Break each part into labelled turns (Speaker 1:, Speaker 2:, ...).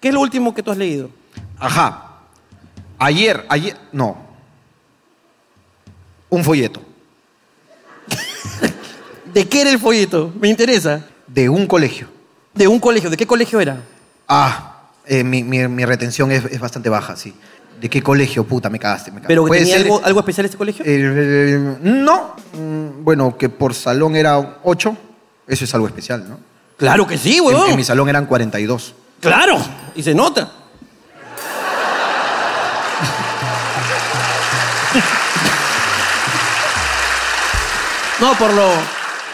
Speaker 1: ¿Qué es lo último que tú has leído?
Speaker 2: Ajá. Ayer, ayer, no. Un folleto
Speaker 1: ¿De qué era el folleto? Me interesa.
Speaker 2: de un colegio.
Speaker 1: ¿De un colegio? ¿De qué colegio era?
Speaker 2: Ah, eh, mi, mi- mi retención es, es bastante baja, sí. ¿De qué colegio? Puta, me cagaste, me cagaste.
Speaker 1: ¿Pero que
Speaker 2: Puede
Speaker 1: tenía
Speaker 2: ser-
Speaker 1: algo, algo especial ese colegio?
Speaker 2: Eh, no, Mm, bueno, que por salón era 8, eso es algo especial, ¿no?
Speaker 1: claro que sí,
Speaker 2: En- En,
Speaker 1: huevón.
Speaker 2: mi salón eran 42.
Speaker 1: Claro. Y se nota. no, por lo,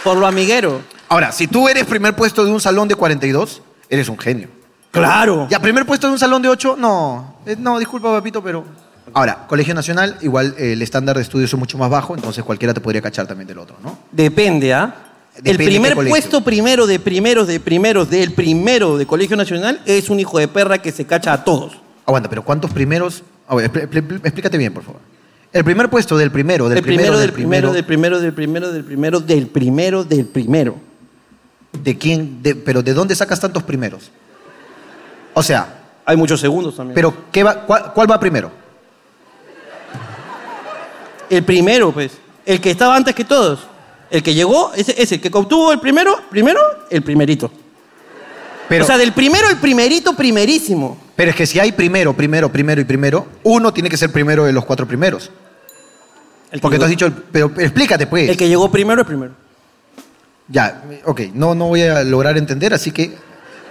Speaker 1: por lo amiguero.
Speaker 2: Ahora, si tú eres primer puesto de un salón de 42, eres un genio.
Speaker 1: Claro.
Speaker 2: Ya, primer puesto de un salón de 8, no. Eh, No, disculpa, papito, pero... Ahora, Colegio Nacional, igual eh, el estándar de estudios es mucho más bajo, entonces cualquiera te podría cachar también del otro, ¿no?
Speaker 1: Depende, ¿ah? El
Speaker 2: Depende de
Speaker 1: primer
Speaker 2: qué colegio.
Speaker 1: puesto primero de primeros de primeros del primero de Colegio Nacional es un hijo de perra que se cacha a todos.
Speaker 2: Aguanta, pero ¿cuántos primeros? A ver, expl- expl- explícate bien, por favor. El primer puesto del primero, del
Speaker 1: el primero, del primero,
Speaker 2: primero,
Speaker 1: del primero, del primero, del primero, del primero, del primero.
Speaker 2: ¿De quién? De- pero ¿de dónde sacas tantos primeros? O sea,
Speaker 1: Hay muchos segundos también.
Speaker 2: pero ¿qué va, cuál, cuál va primero?
Speaker 1: el primero, pues. El que estaba antes que todos. El que llegó, ese, ese, el que obtuvo el primero, primero, el primerito.
Speaker 2: Pero,
Speaker 1: o sea, del primero, el primerito, primerísimo.
Speaker 2: pero es que si hay primero, primero, primero y primero, uno tiene que ser primero de los cuatro primeros.
Speaker 1: El que
Speaker 2: Porque tú
Speaker 1: llegó,
Speaker 2: has dicho, el- pero explícate pues.
Speaker 1: El que llegó primero, el primero.
Speaker 2: Ya, ok, no, no voy a lograr entender, así que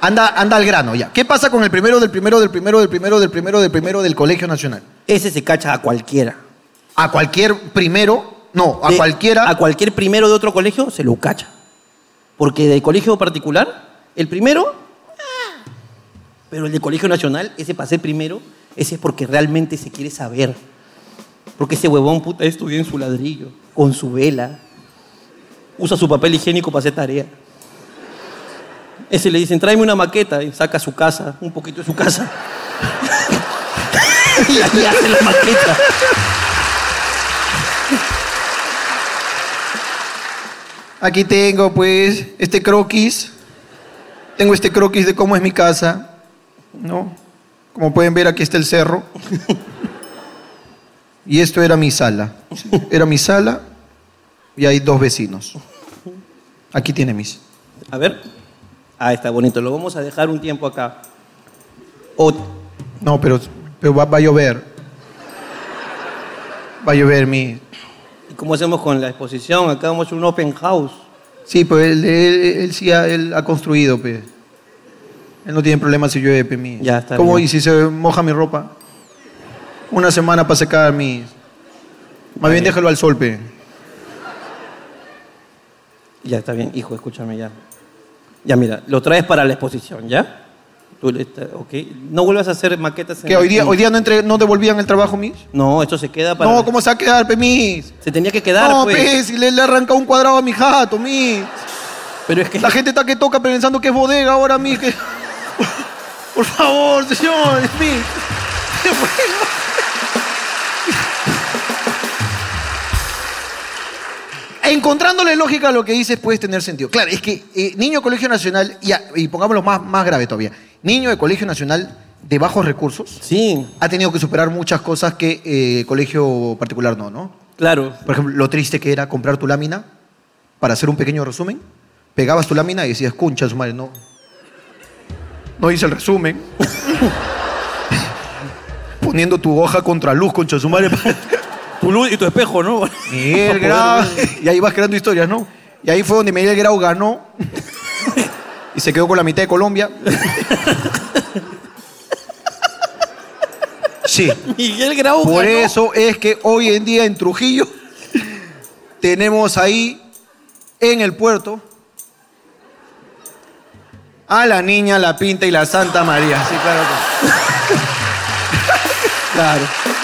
Speaker 2: anda, anda al grano, ya. ¿Qué pasa con el primero, del primero, del primero, del primero, del primero, del primero del Colegio Nacional?
Speaker 1: Ese se cacha a cualquiera.
Speaker 2: A cualquier primero, no, a
Speaker 1: De-
Speaker 2: cualquiera.
Speaker 1: A cualquier primero de otro colegio se lo cacha. Porque de colegio particular, el primero. ah. Pero el de colegio nacional, ese para ser primero, ese es porque realmente se quiere saber. Porque ese huevón puta estudia en su ladrillo, con su vela. Usa su papel higiénico para hacer tarea. Ese le dicen, tráeme una maqueta y saca su casa, un poquito de su casa. y ahí hace la maqueta.
Speaker 2: Aquí tengo, pues, este croquis. Tengo este croquis de cómo es mi casa. ¿No? Como pueden ver, aquí está el cerro. Y esto era mi sala. Era mi sala y hay dos vecinos. Aquí tiene mis.
Speaker 1: A ver. Ah, está bonito. Lo vamos a dejar un tiempo acá. O-
Speaker 2: No, pero, pero va, va a llover. Va a llover mi.
Speaker 1: ¿y ¿Cómo hacemos con la exposición? Acá vamos a hacer un open house.
Speaker 2: Sí, pues él, él- él sí ha, él ha construido, pues. Él no tiene problema si llueve, pues, mi.
Speaker 1: Ya, está
Speaker 2: ¿Cómo?
Speaker 1: bien.
Speaker 2: ¿Y si se moja mi ropa? Una semana para secar mi. Más bien déjalo al sol, pues. pe.
Speaker 1: Ya está bien, hijo, escúchame ya. Ya mira, lo traes para la exposición, ¿ya? Tú le está- ok. No vuelvas a hacer maquetas. en
Speaker 2: Que
Speaker 1: la-
Speaker 2: hoy día, hoy día no, entre, no devolvían el trabajo, mis.
Speaker 1: No, esto se queda para.
Speaker 2: No, ¿cómo se va a quedar, pe, mis?
Speaker 1: Se tenía que quedar,
Speaker 2: No,
Speaker 1: pues.
Speaker 2: pe, si le, le arranca un cuadrado a mi jato, mis.
Speaker 1: Pero es que.
Speaker 2: La gente está que toca pensando que es bodega ahora, mis. Que... Por favor, señor, mis. Encontrándole lógica a lo que dices puedes tener sentido. Claro, es que eh, niño de colegio nacional, y, a- y pongámoslo más, más grave todavía, niño de colegio nacional de bajos recursos
Speaker 1: Sí,
Speaker 2: ha tenido que superar muchas cosas que eh, colegio particular no, ¿no?
Speaker 1: claro.
Speaker 2: Por ejemplo, lo triste que era comprar tu lámina para hacer un pequeño resumen, pegabas tu lámina y decías, concha, su madre, no. No hice el resumen. Poniendo tu hoja contra luz, concha, su madre.
Speaker 1: Tu luz y tu espejo, ¿no?
Speaker 2: Miguel
Speaker 1: Para
Speaker 2: Grau. Y ahí vas creando historias, ¿no? Y ahí fue donde Miguel Grau ganó. Y se quedó con la mitad de Colombia. Sí.
Speaker 1: poder- Miguel Grau.
Speaker 2: Por
Speaker 1: ganó.
Speaker 2: eso es que hoy en día en Trujillo tenemos ahí en el puerto a la niña, la pinta y la Santa María. Sí, claro. que-
Speaker 1: Claro.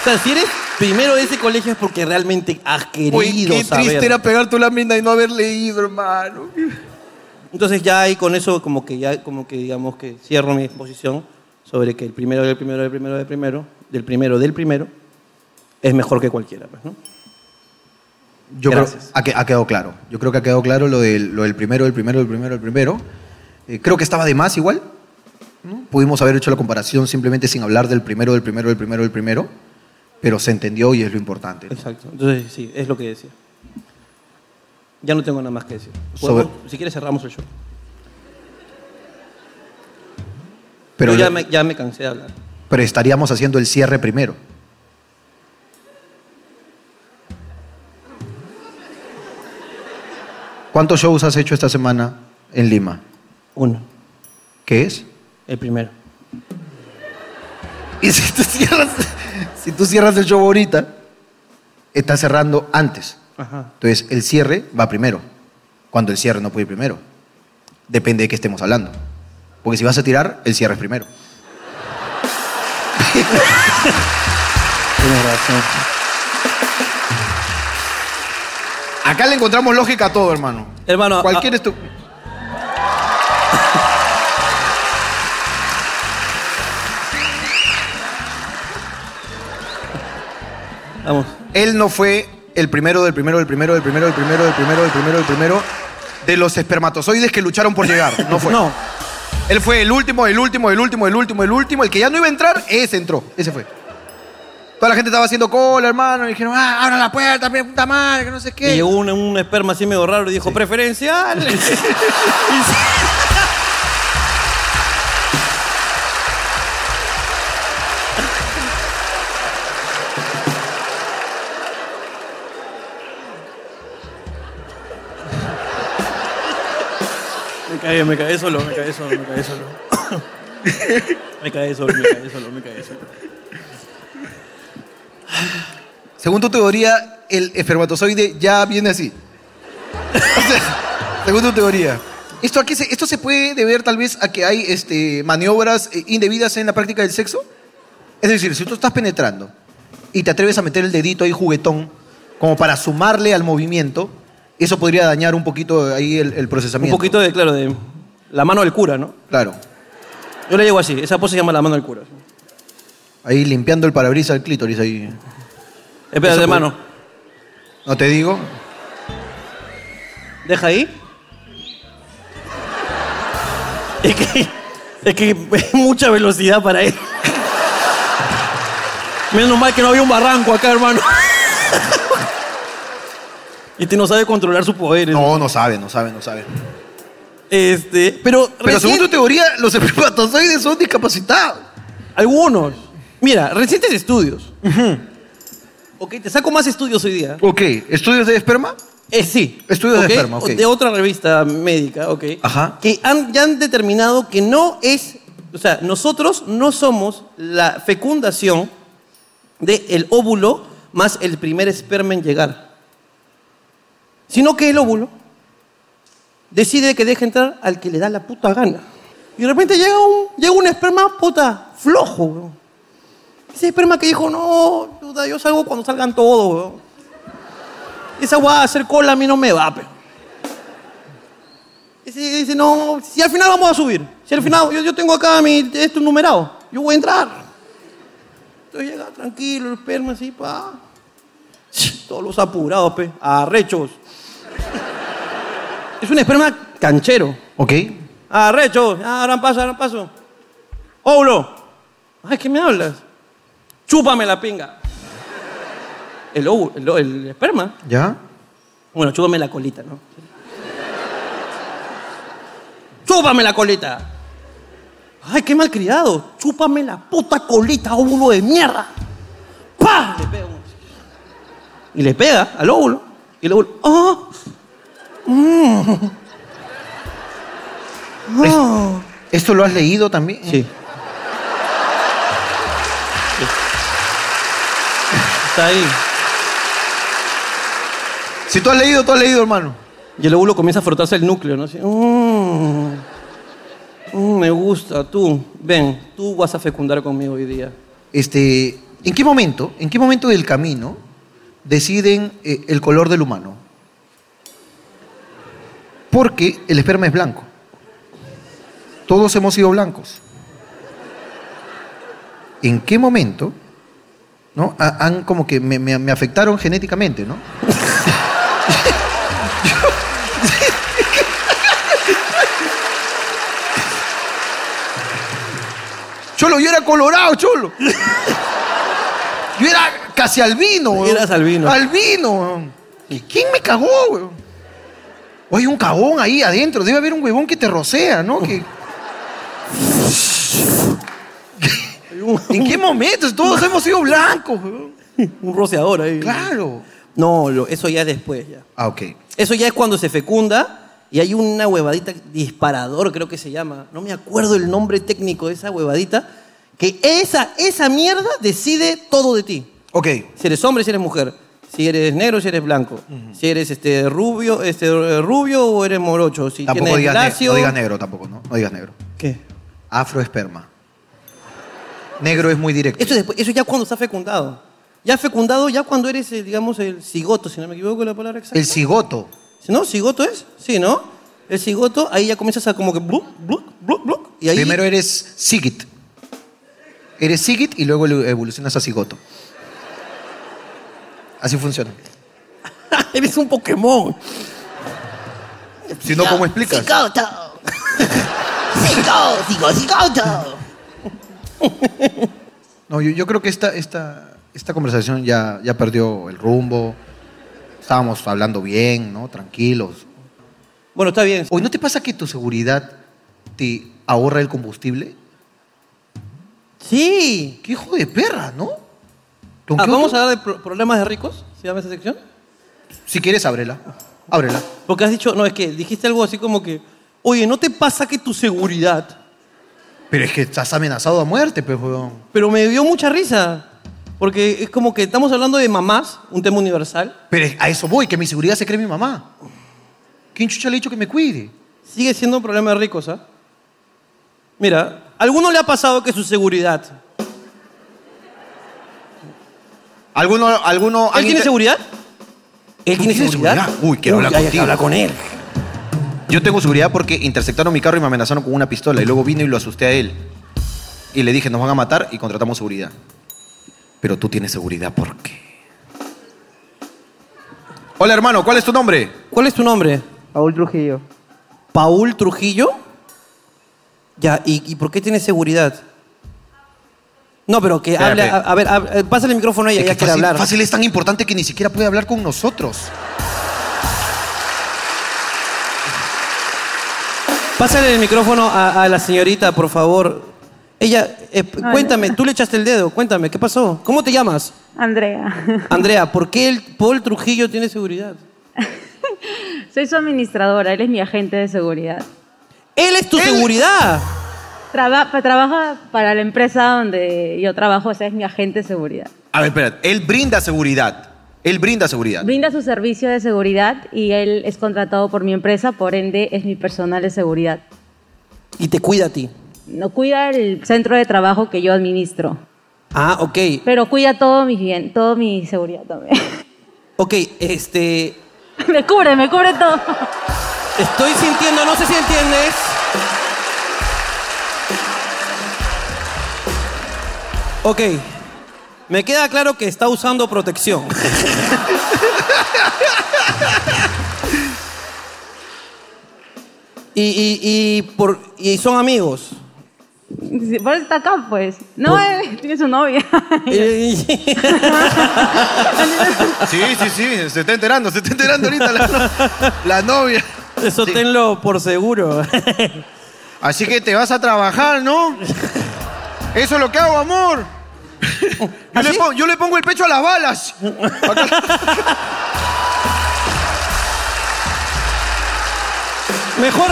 Speaker 1: O sea, si eres primero de ese colegio es porque realmente has querido
Speaker 2: Uy, qué
Speaker 1: saber.
Speaker 2: triste era pegar tu lámina y no haber leído, hermano.
Speaker 1: Entonces ya ahí con eso como que ya como que digamos que cierro mi exposición sobre que el primero del primero del primero del primero del primero del primero es mejor que cualquiera, pues, ¿no?
Speaker 2: Yo creo
Speaker 1: Gracias.
Speaker 2: ha, que- ha quedado claro. Yo creo que ha quedado claro lo del, lo del primero, el primero, el primero, el primero. Eh, creo que estaba de más igual. ¿no? Pudimos haber hecho la comparación simplemente sin hablar del primero, del primero, del primero, del primero, pero se entendió y es lo importante. ¿no?
Speaker 1: Exacto. Entonces, sí, es lo que decía. Ya no tengo nada más que decir. Podemos- Si quieres, cerramos el show.
Speaker 2: Pero,
Speaker 1: Yo ya
Speaker 2: lo-
Speaker 1: me, ya me cansé de hablar.
Speaker 2: pero estaríamos haciendo el cierre primero. ¿Cuántos shows has hecho esta semana en Lima?
Speaker 1: Uno,
Speaker 2: ¿Qué es?
Speaker 1: el primero.
Speaker 2: Y si tú cierras, si tú cierras el show ahorita, estás cerrando antes.
Speaker 1: Ajá.
Speaker 2: Entonces, el cierre va primero. Cuando el cierre no puede ir primero. Depende de qué estemos hablando. Porque si vas a tirar, el cierre es primero.
Speaker 1: Tienes razón.
Speaker 2: Acá le encontramos lógica a todo, hermano.
Speaker 1: Hermano, ah,
Speaker 2: Cualquier
Speaker 1: a-
Speaker 2: estu-
Speaker 1: vamos.
Speaker 2: Él no fue el primero del primero del primero del primero del primero del primero del primero del primero de los espermatozoides que lucharon por llegar. No fue.
Speaker 1: No,
Speaker 2: Él fue el último, el último, el último, el último, el último. El que ya no iba a entrar, ese entró. Ese fue. Toda la gente estaba haciendo cola, hermano. Y dijeron, ah, abran la puerta, pe- puta madre, que no sé qué.
Speaker 1: y llegó un, un esperma así medio raro y dijo, preferencial. Y se- Me caí, me caí solo, me caí solo, me caí solo. Me caí solo, me caí solo, me caí solo.
Speaker 2: Según tu teoría, el espermatozoide ya viene así. O sea, según tu teoría. ¿Esto, a qué se, ¿Esto se puede deber tal vez a que hay este, maniobras eh, indebidas en la práctica del sexo? Es decir, si tú estás penetrando y te atreves a meter el dedito ahí juguetón como para sumarle al movimiento, eso podría dañar un poquito ahí el, el
Speaker 1: Un
Speaker 2: procesamiento.
Speaker 1: poquito de, claro, de la mano del cura, ¿no?
Speaker 2: Claro.
Speaker 1: Yo le llego así, esa pose se llama la mano del cura.
Speaker 2: Ahí limpiando el parabrisas del clítoris ahí.
Speaker 1: Espérate,
Speaker 2: Eso
Speaker 1: hermano.
Speaker 2: No te digo.
Speaker 1: Deja ahí. Es que, es que es mucha velocidad para él. Menos mal que no había un barranco acá, hermano. Este no sabe controlar ¿eh? sus poderes.
Speaker 2: No, no sabe, no sabe, no sabe.
Speaker 1: Este, pero
Speaker 2: Pero según
Speaker 1: recién-
Speaker 2: tu teoría, los espermatozoides son discapacitados.
Speaker 1: algunos. Mira, recientes estudios. Ok, te saco más estudios hoy día.
Speaker 2: Ok, estudios de esperma.
Speaker 1: Eh, sí.
Speaker 2: Estudios de
Speaker 1: Ok,
Speaker 2: esperma, ok.
Speaker 1: De otra revista médica, ok.
Speaker 2: Ajá.
Speaker 1: Que han, ya han determinado que no es, o sea, nosotros no somos la fecundación del óvulo más el primer esperma en llegar. Sino que el óvulo decide que deja entrar al que le da la puta gana. Y de repente llega un, llega un esperma puta flojo, weón. Ese esperma que dijo, no, puta, yo salgo cuando salgan todos, weón. Esa guada de hacer cola a mí no me va, pero. Ese dice, no, si al final vamos a subir. Si al final, yo, yo tengo acá mi, esto numerado. Yo voy a entrar. Entonces llega tranquilo el esperma así, pa. Todos los apurados, pe. Arrechos. Es un esperma canchero.
Speaker 2: Ok.
Speaker 1: Arrecho, ah, ahora paso, ahora paso. Oulo, ay, ¿qué me hablas? Chúpame la pinga. El, óvulo- el, o- el esperma.
Speaker 2: ¿Ya?
Speaker 1: Bueno, chúpame la colita, ¿no? ¡Chúpame la colita! ¡Ay, qué malcriado! ¡Chúpame la puta colita, óvulo de mierda! ¡Pah! Le pega. Y le pega al óvulo. Y el óvulo. ¡Ah! Mm. Ah.
Speaker 2: ¿Esto lo has leído también?
Speaker 1: Sí. Está ahí.
Speaker 2: Si tú has leído, tú has leído, hermano.
Speaker 1: Y el óvulo comienza a frotarse el núcleo, ¿no? Así, "Mm, mm, me gusta, tú, ven, tú vas a fecundar conmigo hoy día.
Speaker 2: Este, ¿en qué momento, en qué momento del camino deciden eh, el color del humano? Porque el esperma es blanco. Todos hemos sido blancos. ¿En qué momento, no? Ha- han como que me, me- me afectaron genéticamente, ¿no? Cholo, yo era colorado, cholo. Yo era casi albino, weón.
Speaker 1: Eras albino.
Speaker 2: Albino, weón. ¿Y quién me cagó, weón? O hay un cagón ahí adentro. Debe haber un huevón que te rocea, ¿no? Que-
Speaker 1: Un,
Speaker 2: ¿En qué momento? Todos hemos sido blancos, weón.
Speaker 1: un roceador ahí.
Speaker 2: Claro.
Speaker 1: No, lo- eso ya es después, ya.
Speaker 2: Ah, ok.
Speaker 1: Eso ya es cuando se fecunda y hay una huevadita, disparador creo que se llama. No me acuerdo el nombre técnico de esa huevadita. Que esa, esa mierda decide todo de ti.
Speaker 2: Ok.
Speaker 1: Si eres hombre, si eres mujer. Si eres negro, si eres blanco. Si eres este, rubio, este, eh, rubio o eres morocho. Si
Speaker 2: Tampoco
Speaker 1: tienes
Speaker 2: digas, ne-
Speaker 1: lacio.
Speaker 2: no digas negro, tampoco, ¿no? No digas negro.
Speaker 1: ¿Qué?
Speaker 2: Afroesperma. Negro es muy directo.
Speaker 1: Eso, después, eso ya cuando está fecundado. Ya fecundado, ya cuando eres, eh, digamos, el cigoto, si no me equivoco la palabra exacta.
Speaker 2: El cigoto.
Speaker 1: ¿No? ¿Cigoto es? Sí, ¿no? El cigoto, ahí ya comienzas a como que... Bluc, bluc, bluc, bluc, y ahí...
Speaker 2: Primero eres Sigit. Eres Sigit y luego evolucionas a cigoto. Así funciona.
Speaker 1: eres un Pokémon.
Speaker 2: Si no, ¿cómo explicas?
Speaker 3: Cicoto. Cico, cico, cicoto.
Speaker 2: No, yo, yo creo que esta, esta, esta conversación ya, ya perdió el rumbo. Estábamos hablando bien, ¿no? Tranquilos.
Speaker 1: Bueno, está bien.
Speaker 2: Oye, ¿no te pasa que tu seguridad te ahorra el combustible?
Speaker 1: Sí.
Speaker 2: ¡Qué hijo de perra, ¿no? ¿Con
Speaker 1: Ah,
Speaker 2: qué
Speaker 1: ¿Vamos a
Speaker 2: otro?
Speaker 1: hablar de pro- problemas de ricos? ¿Se llama esa sección?
Speaker 2: Si quieres, ábrela. Ábrela.
Speaker 1: Porque has dicho... No, es que dijiste algo así como que... Oye, ¿no te pasa que tu seguridad...
Speaker 2: Pero es que estás amenazado a muerte, pues, weón.
Speaker 1: Pero me dio mucha risa. Porque es como que estamos hablando de mamás, un tema universal.
Speaker 2: Pero a eso voy, que mi seguridad se cree mi mamá. ¿Quién chucha le ha dicho que me cuide?
Speaker 1: Sigue siendo un problema de ricos, ¿ah? Mira, ¿a alguno le ha pasado que su seguridad...
Speaker 2: ¿Alguno, alguno,
Speaker 1: ¿Él tiene seguridad? ¿Él tiene
Speaker 2: tienes
Speaker 1: seguridad?
Speaker 2: seguridad? Uy, quiero hablar
Speaker 1: hay que
Speaker 2: contigo.
Speaker 1: hablar con él.
Speaker 2: Yo tengo seguridad porque interceptaron mi carro y me amenazaron con una pistola y luego vino y lo asusté a él. Y le dije, nos van a matar y contratamos seguridad. Pero tú tienes seguridad, ¿por qué? Hola hermano, ¿cuál es tu nombre?
Speaker 1: ¿Cuál es tu nombre?
Speaker 4: Paul Trujillo.
Speaker 1: ¿Paul Trujillo? Ya, ¿y, y por qué tiene seguridad? No, pero que
Speaker 2: Espera,
Speaker 1: hable. A,
Speaker 2: espera.
Speaker 1: a ver, a- eh, pásale el micrófono a ella,
Speaker 2: Es que
Speaker 1: ya quiere
Speaker 2: fácil,
Speaker 1: hablar.
Speaker 2: fácil es tan importante que ni siquiera puede hablar con nosotros.
Speaker 1: Pásale el micrófono a, a la señorita, por favor. Ella, eh,
Speaker 5: Hola.
Speaker 1: cuéntame, tú le echaste el dedo, cuéntame, ¿qué pasó? ¿Cómo te llamas?
Speaker 5: Andrea,
Speaker 1: Andrea, ¿por qué el Paul Trujillo tiene seguridad?
Speaker 5: soy su administradora, él es mi agente de seguridad.
Speaker 1: Él es tu seguridad.
Speaker 5: Traba- pa- trabaja para la empresa donde yo trabajo, o sea, es mi agente de seguridad.
Speaker 2: A ver, espera, él brinda seguridad. Él brinda seguridad.
Speaker 5: Brinda su servicio de seguridad y él es contratado por mi empresa, por ende es mi personal de seguridad.
Speaker 1: Y te cuida a ti.
Speaker 5: No cuida el centro de trabajo que yo administro,
Speaker 1: Ah, ok.
Speaker 5: pero cuida todo mi bien, todo mi seguridad también.
Speaker 1: Ok, este.
Speaker 5: me cubre, me cubre todo.
Speaker 1: Estoy sintiendo, no sé si entiendes. Ok. Me queda claro que está usando protección. y, y- y por, y son amigos.
Speaker 5: Sí, Por eso está acá, pues. No, él tiene su novia.
Speaker 1: Eh,
Speaker 2: Sí, sí, sí, se está enterando, se está enterando ahorita la, no- la novia.
Speaker 1: Eso tenlo por seguro.
Speaker 2: Así que te vas a trabajar, ¿no? Eso es lo que hago, amor. Yo, le,
Speaker 1: ¿Así?
Speaker 2: pongo, yo le pongo el pecho a las balas.
Speaker 1: mejor,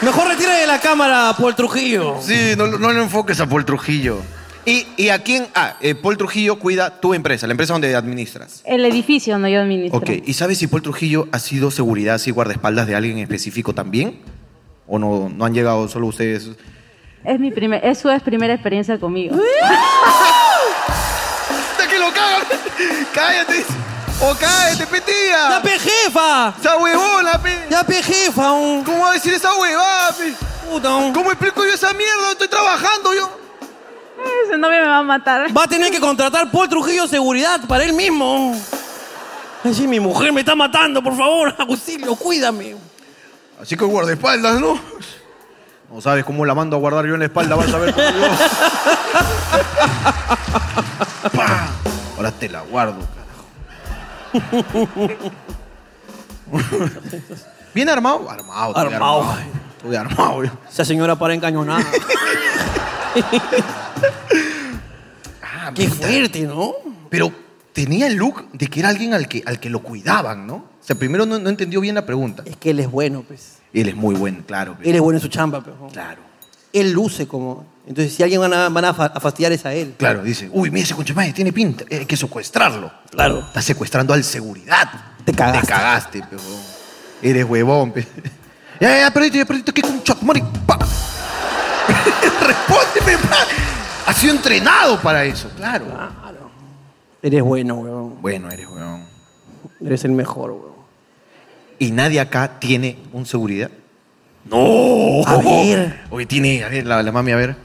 Speaker 1: mejor retira de la cámara, Paul Trujillo.
Speaker 2: Sí, no, no lo enfoques a Paul Trujillo. ¿Y, y a quién? Ah, eh, Paul Trujillo cuida tu empresa, la empresa donde administras.
Speaker 5: El edificio donde yo administro.
Speaker 2: Ok, ¿y sabes si Paul Trujillo ha sido seguridad, así guardaespaldas de alguien en específico también? ¿O no, no han llegado solo ustedes?
Speaker 5: Es mi primer, es su primera experiencia conmigo.
Speaker 2: ¡Hasta que lo cagan! ¡Cállate! ¡O cállate, petía!
Speaker 1: ¡Ya, pe jefa!
Speaker 2: ¡Esa huevona, pe!
Speaker 1: ¡Ya, pe jefa! Un...
Speaker 2: ¿Cómo va a decir esa huevada, pe?
Speaker 1: Puta, un-
Speaker 2: ¿Cómo explico yo esa mierda? Estoy trabajando yo.
Speaker 5: Ese novio me va a matar.
Speaker 1: Va a tener que contratar Paul Trujillo seguridad para él mismo. Ay, sí, mi mujer me está matando, por favor, auxilio, cuídame.
Speaker 2: Así que guardaespaldas, ¿no? No sabes cómo la mando a guardar yo en la espalda, vas a ver cómo yo. ¡Pah! Ahora te la guardo, carajo. ¿Bien armado? Armado, estoy
Speaker 1: Armado.
Speaker 2: armado. Estoy armado. yo.
Speaker 1: Esa señora para encañonada.
Speaker 2: Ah,
Speaker 1: Qué
Speaker 2: puta.
Speaker 1: fuerte, ¿no?
Speaker 2: Pero tenía el look de que era alguien al que, al que lo cuidaban, ¿no? O sea, primero no, no entendió bien la pregunta.
Speaker 1: Es que él es bueno, pues.
Speaker 2: Él es muy bueno, claro. pero-
Speaker 1: Él es bueno en su chamba, pero.
Speaker 2: Claro.
Speaker 1: Él luce como. Entonces, si alguien van a, van a fa- a fastidiar es a él.
Speaker 2: Claro, dice, uy, mira ese conche madre, tiene pinta, eh, hay que secuestrarlo.
Speaker 1: Claro.
Speaker 2: Está secuestrando al seguridad.
Speaker 1: Te cagaste.
Speaker 2: Te cagaste, pe, huevón. Eres huevón, pe. Ya, ya, perdiste, ya, perdiste, que con Chacmari. Pa. Respóndeme, pa. Ha sido entrenado para eso, claro.
Speaker 1: Eres bueno, weón.
Speaker 2: Bueno, eres huevón.
Speaker 1: Eres el mejor, weón.
Speaker 2: ¿Y nadie acá tiene un seguridad? No.
Speaker 1: A ver.
Speaker 2: Oye, tiene, a ver, la, la mami, a ver.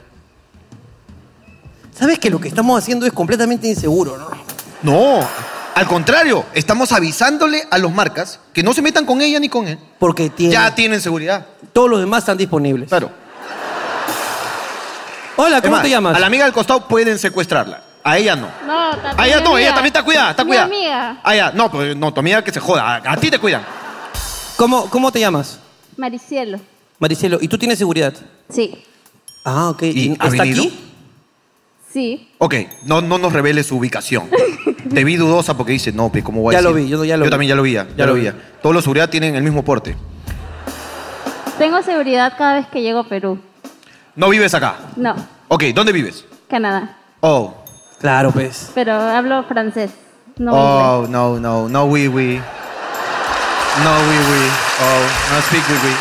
Speaker 1: ¿Sabes que lo que estamos haciendo es completamente inseguro, no?
Speaker 2: No. Al contrario, estamos avisándole a los marcas que no se metan con ella ni con él.
Speaker 1: Porque tiene-
Speaker 2: Ya tienen seguridad.
Speaker 1: todos los demás están disponibles.
Speaker 2: Claro.
Speaker 1: Hola,
Speaker 2: Es
Speaker 1: ¿cómo
Speaker 2: más,
Speaker 1: te llamas?
Speaker 2: A la amiga del costado pueden secuestrarla. A ella no.
Speaker 4: No, también.
Speaker 2: A ella
Speaker 4: mi
Speaker 2: no, ella
Speaker 4: amiga.
Speaker 2: también está cuidada, está
Speaker 4: Mi
Speaker 2: cuidada.
Speaker 4: amiga.
Speaker 2: A ella, no, pues no, tu amiga que se joda. A, a ti te cuidan.
Speaker 1: ¿Cómo, ¿Cómo te llamas?
Speaker 4: Maricielo.
Speaker 1: Maricelo, ¿y tú tienes seguridad?
Speaker 4: Sí.
Speaker 1: Ah, ok.
Speaker 2: ¿Y
Speaker 1: ¿Y
Speaker 2: ha
Speaker 1: ¿Está
Speaker 2: venido?
Speaker 1: aquí?
Speaker 4: Sí.
Speaker 2: Ok, no, no nos revele su ubicación. te vi dudosa porque dice, no, pues cómo voy a
Speaker 1: Ya lo
Speaker 2: decir?
Speaker 1: vi, yo no- ya lo vi.
Speaker 2: también ya lo vi, ya, ya lo vi. ya. Todos los seguridad tienen el mismo porte.
Speaker 4: Tengo seguridad cada vez que llego a Perú.
Speaker 2: No vives acá.
Speaker 4: No,
Speaker 2: Ok, ¿dónde vives?
Speaker 4: Canadá.
Speaker 2: Oh.
Speaker 1: Claro, pues.
Speaker 4: Pero hablo francés. No
Speaker 2: oh, no, no, no, we, we. No, we, we. Oh, no speak, we, we.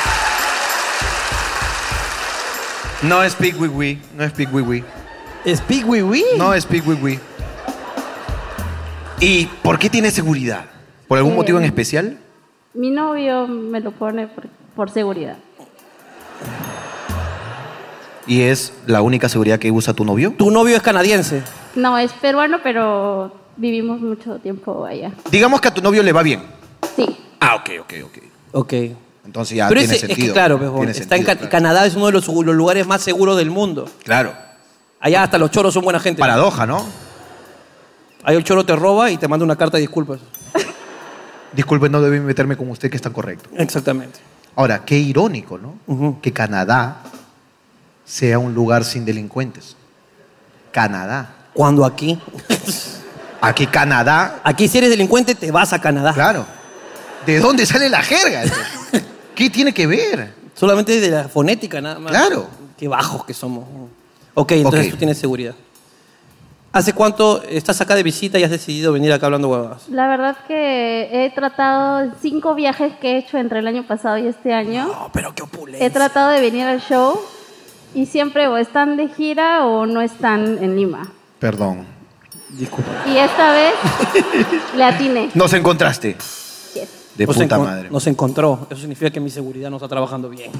Speaker 2: No speak, we, we. No speak, we, we.
Speaker 1: ¿Speak Wee Wee?
Speaker 2: No speak, we, we. ¿Y por qué tiene seguridad? ¿Por algún
Speaker 4: Eh.
Speaker 2: motivo en especial?
Speaker 4: Mi novio me lo pone por, por seguridad.
Speaker 2: ¿Y es la única seguridad que usa tu novio?
Speaker 1: ¿Tu novio es canadiense?
Speaker 4: No, es peruano, pero vivimos mucho tiempo allá.
Speaker 2: Digamos que a tu novio le va bien.
Speaker 4: Sí.
Speaker 2: Ah, ok, ok, ok.
Speaker 1: Ok.
Speaker 2: Entonces ya
Speaker 1: Pero
Speaker 2: tiene
Speaker 1: ese- es
Speaker 2: sentido.
Speaker 1: que claro, pues,
Speaker 2: Tiene
Speaker 1: está en
Speaker 2: sentido,
Speaker 1: Ca-
Speaker 2: claro.
Speaker 1: Canadá es uno de los, los lugares más seguros del mundo.
Speaker 2: Claro.
Speaker 1: Allá hasta los choros son buena gente.
Speaker 2: Paradoja, ¿no?
Speaker 1: Ahí el choro te roba y te manda una carta de disculpas.
Speaker 2: Disculpe, no debí meterme con usted, que es tan correcto.
Speaker 1: Exactamente.
Speaker 2: Ahora, qué irónico, ¿no?
Speaker 1: Ujú.
Speaker 2: Que Canadá sea un lugar sin delincuentes. Canadá.
Speaker 1: Cuando aquí,
Speaker 2: Aquí Canadá,
Speaker 1: aquí si eres delincuente te vas a Canadá.
Speaker 2: claro. ¿De dónde sale la jerga? eso? ¿Qué tiene que ver?
Speaker 1: Solamente de la fonética nada más.
Speaker 2: Claro.
Speaker 1: Qué bajos que somos. Ok, entonces
Speaker 2: Ok.
Speaker 1: tú tienes seguridad. ¿Hace cuánto estás acá de visita y has decidido venir acá hablando huevadas?
Speaker 4: La verdad que he tratado cinco viajes que he hecho entre el año pasado y este año.
Speaker 1: No, pero qué
Speaker 4: He
Speaker 1: opulencia.
Speaker 4: tratado de venir al show y siempre o están de gira o no están en Lima.
Speaker 2: Perdón.
Speaker 1: Disculpa.
Speaker 4: Y esta vez le atiné.
Speaker 2: Nos encontraste.
Speaker 4: Yes.
Speaker 2: De
Speaker 1: Nos
Speaker 2: puta
Speaker 1: encon-
Speaker 2: madre.
Speaker 1: Nos encontró. Eso significa que mi seguridad no está trabajando bien.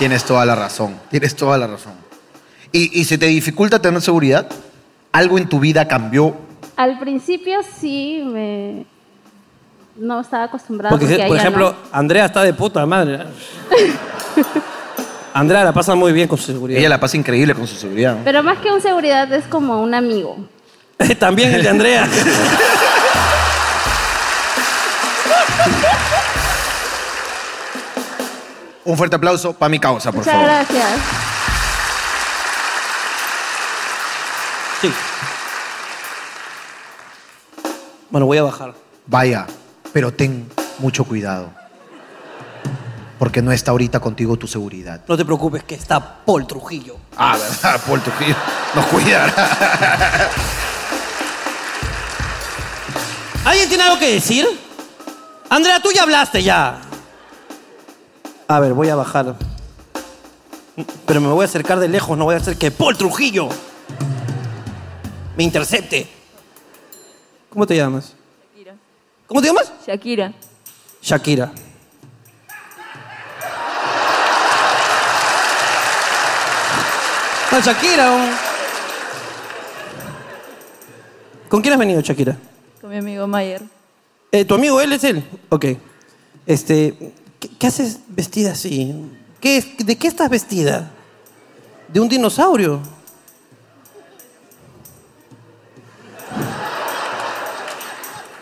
Speaker 2: Tienes toda la razón. Tienes toda la razón. ¿Y, y se te dificulta tener seguridad? ¿Algo en tu vida cambió?
Speaker 4: Al principio sí me no estaba acostumbrada
Speaker 1: Porque,
Speaker 4: porque,
Speaker 1: por
Speaker 4: allá
Speaker 1: ejemplo,
Speaker 4: Ah, no.
Speaker 1: Andrea está de puta madre. Andrea la pasa muy bien con su seguridad.
Speaker 2: Ella la pasa increíble con su seguridad. ¿no?
Speaker 4: Pero más que un seguridad es como un amigo.
Speaker 1: También el de Andrea.
Speaker 2: Ah, Un fuerte aplauso para mi causa, por
Speaker 4: Muchas
Speaker 2: favor.
Speaker 4: gracias.
Speaker 1: sí. Bueno, voy a bajar.
Speaker 2: Vaya, pero ten mucho cuidado. Porque no está ahorita contigo tu seguridad.
Speaker 1: No te preocupes que está Paul Trujillo.
Speaker 2: Ah, verdad, Paul Trujillo. Nos cuidará.
Speaker 1: ¿Alguien tiene algo que decir? Andrea, tú ya hablaste ya. A ver, voy a bajar. Pero me voy a acercar de lejos, no voy a hacer que Paul Trujillo me intercepte. ¿Cómo te llamas?
Speaker 6: Shakira.
Speaker 1: ¿Cómo te llamas?
Speaker 6: Shakira.
Speaker 1: Shakira. No, Shakira. un- ¿Con quién has venido, Shakira?
Speaker 6: Con mi amigo Mayer.
Speaker 1: Eh, ¿Tu amigo él es él? Ok. Este, ¿qué, qué haces vestida así? ¿Qué es- ¿De qué estás vestida? ¿De un dinosaurio?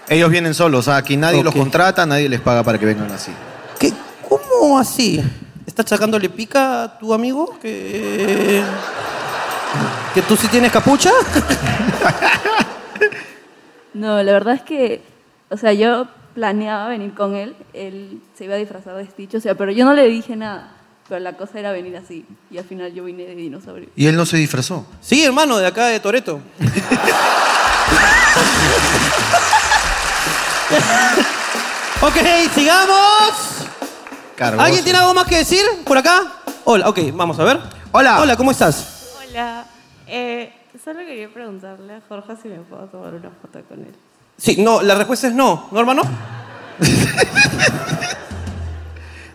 Speaker 2: Ellos vienen solos, ah, aquí nadie los
Speaker 1: Ok.
Speaker 2: contrata, nadie les paga para que vengan así.
Speaker 1: ¿Qué? ¿Cómo así? ¿Estás sacándole pica a tu amigo? ¿Que, ¿Que tú sí tienes capucha?
Speaker 6: No, la verdad es que, o sea, yo planeaba venir con él, él se iba a disfrazar de Stitch, o sea, pero yo no le dije nada, pero la cosa era venir así, y al final yo vine de dinosaurio.
Speaker 2: Y él no se disfrazó.
Speaker 1: Sí, hermano, de acá de Toreto. ok, sigamos.
Speaker 2: Cargoso.
Speaker 1: ¿Alguien tiene algo más que decir por acá? Hola, ok, vamos a ver.
Speaker 2: Hola.
Speaker 1: Hola, ¿cómo estás?
Speaker 7: Hola, eh, solo quería preguntarle a Jorge si me puedo tomar una foto con él.
Speaker 1: Sí, no, la respuesta es no, ¿no, hermano?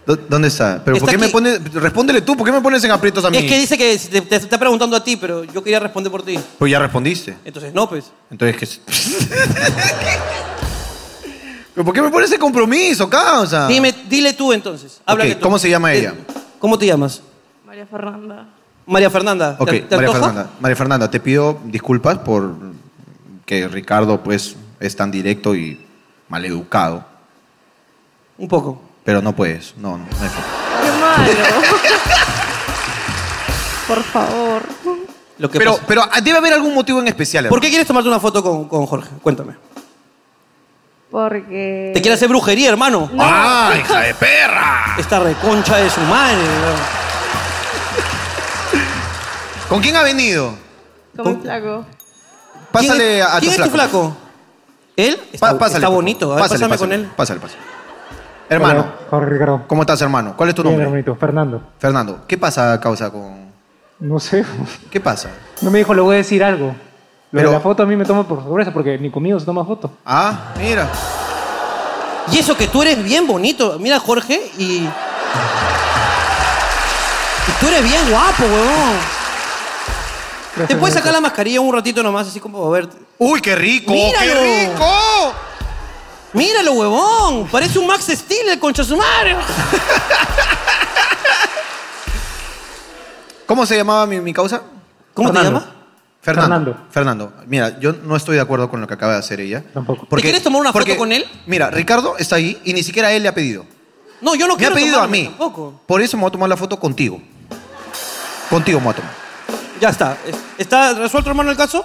Speaker 2: ¿Dó- ¿Dónde está? Pero
Speaker 1: Está
Speaker 2: ¿por qué me
Speaker 1: aquí.
Speaker 2: pones? Respóndele tú, ¿por qué me pones en aprietos a mí?
Speaker 1: Es que dice que te, te está preguntando a ti, pero yo quería responder por ti.
Speaker 2: Pues ya respondiste.
Speaker 1: Entonces, no, pues.
Speaker 2: Entonces que. ¿Pero por qué me pones ese compromiso, causa?
Speaker 1: Dime, dile tú entonces. Háblale
Speaker 2: Ah. Ok,
Speaker 1: tú.
Speaker 2: ¿cómo se llama ella?
Speaker 1: Eh, ¿Cómo te llamas?
Speaker 7: María Fernanda.
Speaker 1: María Fernanda.
Speaker 2: Ok,
Speaker 1: ¿Te- te
Speaker 2: María
Speaker 1: antoja?
Speaker 2: Fernanda. María Fernanda, te pido disculpas por que Ricardo, pues, es tan directo y maleducado.
Speaker 1: Un poco.
Speaker 2: Pero no puedes. No, no. no hay forma.
Speaker 7: ¡Qué malo! Por favor.
Speaker 1: Lo que
Speaker 2: Pero,
Speaker 1: pasa-
Speaker 2: pero ah, debe haber algún motivo en especial.
Speaker 1: ¿Por qué quieres tomarte una foto con, con Jorge? Cuéntame.
Speaker 5: Porque...
Speaker 1: ¿Te quiere hacer brujería, hermano?
Speaker 2: hermano. ¡Ah, hija de perra!
Speaker 1: Esta reconcha de su madre. ¿no?
Speaker 2: ¿Con quién ha venido?
Speaker 7: Como
Speaker 1: Con-
Speaker 7: un flaco.
Speaker 2: Pásale
Speaker 1: ¿Quién es,
Speaker 2: a, a
Speaker 1: ¿quién
Speaker 2: tu
Speaker 1: es tu
Speaker 2: flaco.
Speaker 1: flaco? ¿Él?
Speaker 2: Pa-
Speaker 1: Está,
Speaker 2: pásale,
Speaker 1: está
Speaker 2: por
Speaker 1: bonito.
Speaker 2: favor.
Speaker 1: A ver,
Speaker 2: Pásale,
Speaker 1: pásame con
Speaker 2: pásale,
Speaker 1: él.
Speaker 2: Pásale, pásale. Hermano,
Speaker 8: Hola, Jorge Ricardo.
Speaker 2: ¿cómo estás, hermano? ¿Cuál es tu
Speaker 8: Bien,
Speaker 2: nombre?
Speaker 8: hermanito. Fernando.
Speaker 2: Fernando, ¿qué pasa, causa, con...?
Speaker 8: No sé.
Speaker 2: ¿Qué pasa?
Speaker 8: No me dijo, le voy a decir algo. Lo
Speaker 2: Pero-
Speaker 8: de la foto a mí me toma por sorpresa porque ni conmigo se toma foto.
Speaker 2: Ah, mira.
Speaker 1: Y eso que tú eres bien bonito. Mira, Jorge, y. y tú eres bien guapo, weón.
Speaker 8: Gracias,
Speaker 1: Te puedes
Speaker 8: hermanito.
Speaker 1: sacar la mascarilla un ratito nomás, así como a ver.
Speaker 2: ¡Uy, qué rico!
Speaker 1: Míralo.
Speaker 2: ¡Qué rico!
Speaker 1: Míralo, huevón. Parece un Max Steel, el concha de su madre.
Speaker 2: ¿Cómo se llamaba mi, mi causa?
Speaker 1: ¿Cómo te
Speaker 8: Fernando.
Speaker 1: llamas?
Speaker 2: Fernando. Fernando. mira, yo no estoy de acuerdo con lo que acaba de hacer ella.
Speaker 8: Tampoco.
Speaker 1: ¿Te quieres tomar una foto con él?
Speaker 2: Mira, Ricardo está ahí y ni siquiera él le ha pedido.
Speaker 1: No, yo
Speaker 2: Me
Speaker 1: no
Speaker 2: ha
Speaker 1: quiero
Speaker 2: pedido a
Speaker 1: tomarme
Speaker 2: mí.
Speaker 1: Tampoco.
Speaker 2: Por eso me voy a tomar la foto contigo. Contigo me voy a tomar.
Speaker 1: Ya está. Es- ¿Está resuelto, hermano, el caso?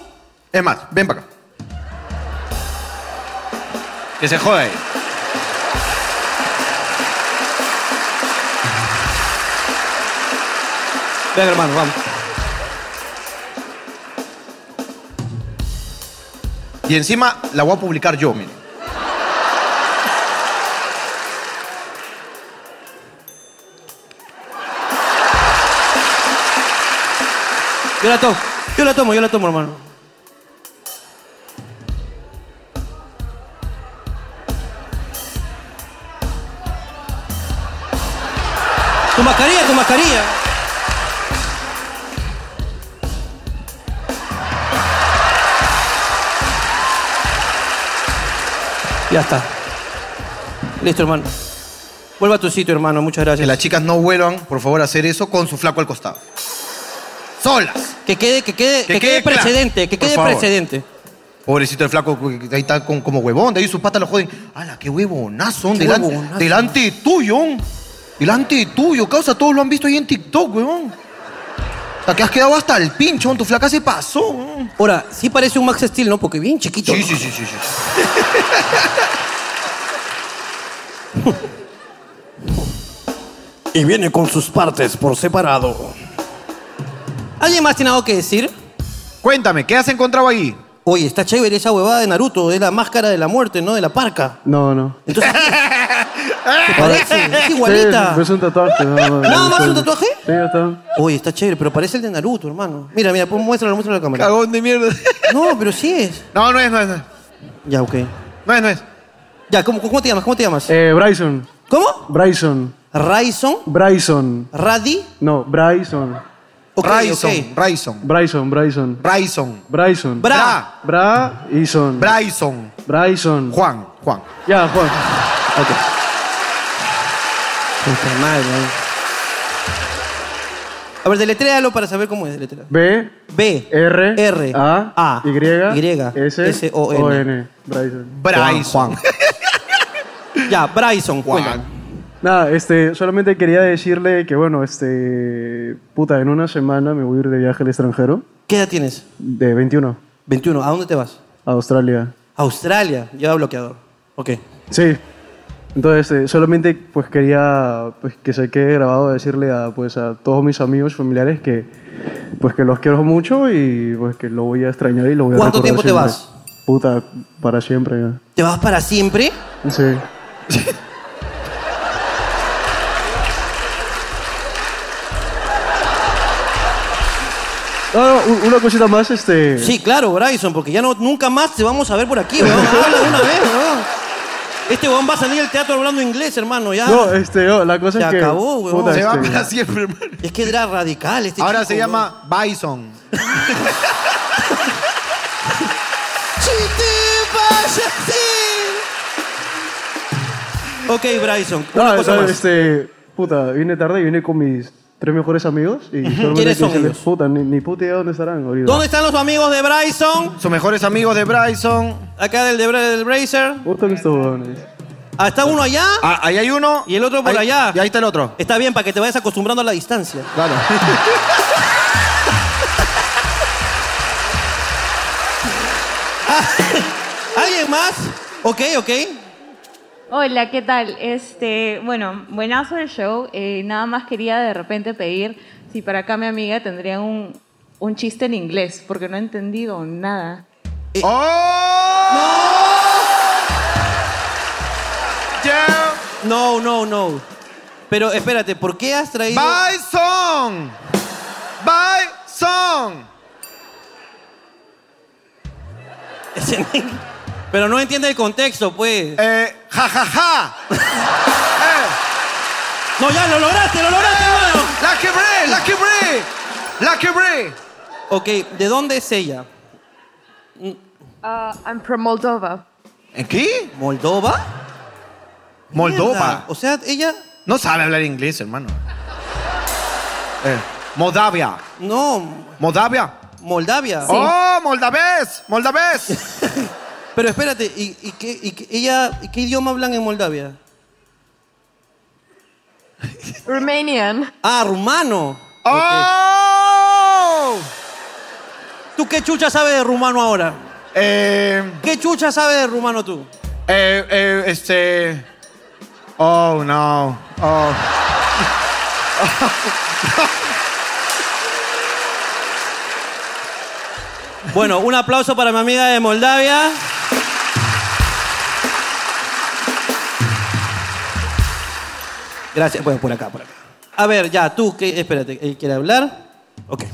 Speaker 2: Es más, ven para acá. Que se jode.
Speaker 1: Venga, hermano, vamos.
Speaker 2: Y encima la voy a publicar yo, mira.
Speaker 1: Yo la tomo. Yo la tomo, yo la tomo, hermano. Tu mascarilla, tu mascarilla. Ya está. Listo, hermano. Vuelva a tu sitio, hermano. Muchas
Speaker 2: Que
Speaker 1: gracias.
Speaker 2: las chicas no vuelvan, por favor, a hacer eso con su flaco al costado. Solas.
Speaker 1: Que quede, que quede,
Speaker 2: Que
Speaker 1: que quede
Speaker 2: quede claro.
Speaker 1: precedente, que
Speaker 2: Por
Speaker 1: quede
Speaker 2: favor.
Speaker 1: precedente.
Speaker 2: Pobrecito el flaco, que ahí está con- como huevón, de ahí sus patas lo joden. ¡Hala, qué huevonazo!
Speaker 1: Qué
Speaker 2: delante,
Speaker 1: huevonazo.
Speaker 2: delante de tuyo, hon. delante de tuyo, causa, todos lo han visto ahí en TikTok, huevón. Hasta que has quedado hasta el pincho, hon, tu flaca se pasó. hon.
Speaker 1: Ahora, sí parece un Max Steel, ¿no? Porque bien chiquito.
Speaker 2: Sí,
Speaker 1: ¿no?
Speaker 2: sí, sí, sí, sí.
Speaker 9: Y viene con sus partes por separado.
Speaker 1: ¿Alguien más tiene algo que decir?
Speaker 2: Cuéntame, ¿qué has encontrado ahí?
Speaker 1: Oye, está chévere esa huevada de Naruto, es la máscara de la muerte, ¿no? De la parca.
Speaker 10: No, no.
Speaker 1: Entonces, ¿te parece? Es igualita.
Speaker 10: Sí, es un tatuaje. Nada más,
Speaker 1: ¿Nada más un tatuaje?
Speaker 10: Sí, ya está.
Speaker 1: Oye, está chévere, pero parece el de Naruto, hermano. Mira, mira, pon- muéstralo, muéstralo a la cámara.
Speaker 2: Cagón de mierda.
Speaker 1: No, pero sí es.
Speaker 2: No, no es, no es, no es.
Speaker 1: Ya, ok.
Speaker 2: No es, no es.
Speaker 1: Ya, ¿cómo, cómo te llamas? ¿Cómo te llamas?
Speaker 10: Eh, Bryson.
Speaker 1: ¿Cómo?
Speaker 10: Bryson.
Speaker 1: Raison,
Speaker 10: Bryson.
Speaker 1: Radi.
Speaker 10: No, Bryson.
Speaker 1: Ok,
Speaker 2: Bryson,
Speaker 1: ok.
Speaker 2: Bryson,
Speaker 10: Bryson, Bryson.
Speaker 2: Bryson,
Speaker 10: Bryson.
Speaker 1: Bra.
Speaker 10: Bryson.
Speaker 2: Bryson,
Speaker 10: Bryson.
Speaker 2: Juan, Juan.
Speaker 10: Ya, Juan. Ok.
Speaker 1: Puta madre, ¿eh? A ver, deletréalo para saber cómo es deletrear.
Speaker 10: B,
Speaker 1: B.
Speaker 10: R,
Speaker 1: R,
Speaker 10: A,
Speaker 1: A,
Speaker 10: Y,
Speaker 1: Y,
Speaker 10: S,
Speaker 1: S, O,
Speaker 10: O,
Speaker 1: N.
Speaker 10: N. Bryson.
Speaker 1: Juan. ya, Bryson, Juan.
Speaker 10: Nada, este, solamente quería decirle que, bueno, este, puta, en una semana me voy a ir de viaje al extranjero,
Speaker 1: ¿Qué edad tienes?
Speaker 10: de 21,
Speaker 1: 21. ¿A dónde te vas?
Speaker 10: a Australia.
Speaker 1: Australia. Lleva bloqueador. Ok.
Speaker 10: Sí. Entonces, este, solamente pues quería pues, que se quede grabado decirle a, pues, a todos mis amigos, familiares que pues que los quiero mucho y pues que lo voy a extrañar y lo voy a
Speaker 1: ¿Cuánto
Speaker 10: recordar
Speaker 1: tiempo te
Speaker 10: siempre. Puta, para siempre ya.
Speaker 1: ¿Te vas para siempre?
Speaker 10: Sí. No, no, u- una cosita más, este...
Speaker 1: Sí, claro, Bryson, porque ya no, nunca más te vamos a ver por aquí, weón. Habla de una vez, weón. Este weón va a salir del teatro hablando inglés, hermano, ya.
Speaker 10: No, este, no, la cosa
Speaker 1: se
Speaker 10: es que...
Speaker 1: acabó, weón.
Speaker 10: puta,
Speaker 2: Se va
Speaker 10: este,
Speaker 2: para siempre, hermano.
Speaker 1: Es que era radical este
Speaker 2: Ahora
Speaker 1: chico,
Speaker 2: se
Speaker 1: weón.
Speaker 2: llama Bison.
Speaker 1: Ok, Bryson,
Speaker 10: No,
Speaker 1: una cosa
Speaker 10: no,
Speaker 1: más.
Speaker 10: este, puta, vine tarde y vine con mis tres mejores amigos y solamente
Speaker 1: ¿Quiénes son
Speaker 10: quise-
Speaker 1: ellos?
Speaker 10: Puta, ni, ni puta idea dónde estarán, ahorita.
Speaker 1: ¿Dónde están los amigos de Bryson?
Speaker 2: Sus mejores amigos de Bryson.
Speaker 1: Acá del, de- del Bracer.
Speaker 10: Puta que estos huevones.
Speaker 1: Ah, está uno allá
Speaker 2: Ah, ahí hay uno.
Speaker 1: y el otro por
Speaker 2: Ahí-
Speaker 1: allá.
Speaker 2: Y ahí está el otro.
Speaker 1: Está bien, para que te vayas acostumbrando a la distancia.
Speaker 2: Claro.
Speaker 1: Ah, ¿Alguien más? Ok, ok.
Speaker 7: Hola, ¿qué tal? Este, bueno, buenazo el show. Eh, nada más quería de repente pedir si para acá mi amiga tendría un, un chiste en inglés, porque no he entendido nada.
Speaker 1: Eh,
Speaker 2: ¡Oh! Yeah.
Speaker 1: No, no, no. Pero espérate, ¿por qué has traído...?
Speaker 2: Bison. Bison.
Speaker 1: Ese nigga. Pero no entiende el contexto, pues.
Speaker 2: Eh, ja, ja, ja. Eh,
Speaker 1: No, ya, lo lograste, lo lograste, hermano.
Speaker 2: la quebré, la quebré. La quebré.
Speaker 1: Ok, ¿de dónde es ella?
Speaker 7: Uh, I'm from Moldova.
Speaker 2: ¿En qué?
Speaker 1: ¿Moldova? Mierda.
Speaker 2: Moldova.
Speaker 1: O sea, ella...
Speaker 2: No sabe hablar inglés, hermano. Eh, Moldavia.
Speaker 1: No,
Speaker 2: Moldavia.
Speaker 1: Moldavia.
Speaker 2: ¡Oh, moldavés! ¡Moldavés!
Speaker 1: Pero espérate, ¿y, y qué, y qué- ella, ¿y qué idioma hablan en Moldavia?
Speaker 7: Romanian.
Speaker 1: Ah, rumano.
Speaker 2: ¡Oh!
Speaker 1: ¿Tú qué chucha sabes de rumano ahora?
Speaker 2: Eh,
Speaker 1: ¿Qué chucha sabes de rumano tú?
Speaker 2: eh, eh, este. Oh, no. Oh.
Speaker 1: Bueno, un aplauso para mi amiga de Moldavia. Gracias. Bueno, por acá, por acá. A ver, ya, tú, que, espérate, él quiere hablar. Ok.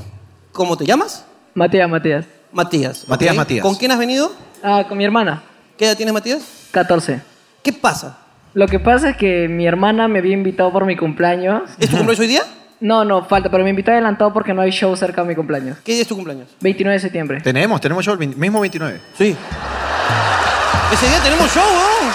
Speaker 1: ¿Cómo te llamas?
Speaker 3: Matías, Matías.
Speaker 1: Matías. ok.
Speaker 2: Matías, Matías.
Speaker 1: ¿Con quién has venido?
Speaker 3: Ah, con mi hermana,
Speaker 1: ¿Qué edad tienes, Matías?
Speaker 3: 14.
Speaker 1: ¿Qué pasa?
Speaker 3: Lo que pasa es que mi hermana me había invitado por mi cumpleaños.
Speaker 1: ¿Es tu cumpleaños hoy día?
Speaker 3: No, no, falta, pero me invitó adelantado porque no hay show cerca de mi cumpleaños.
Speaker 1: ¿Qué día es tu cumpleaños?
Speaker 3: 29 de septiembre.
Speaker 2: Tenemos, tenemos yo el vein- mismo 29.
Speaker 1: Sí. Ese día tenemos show, weón.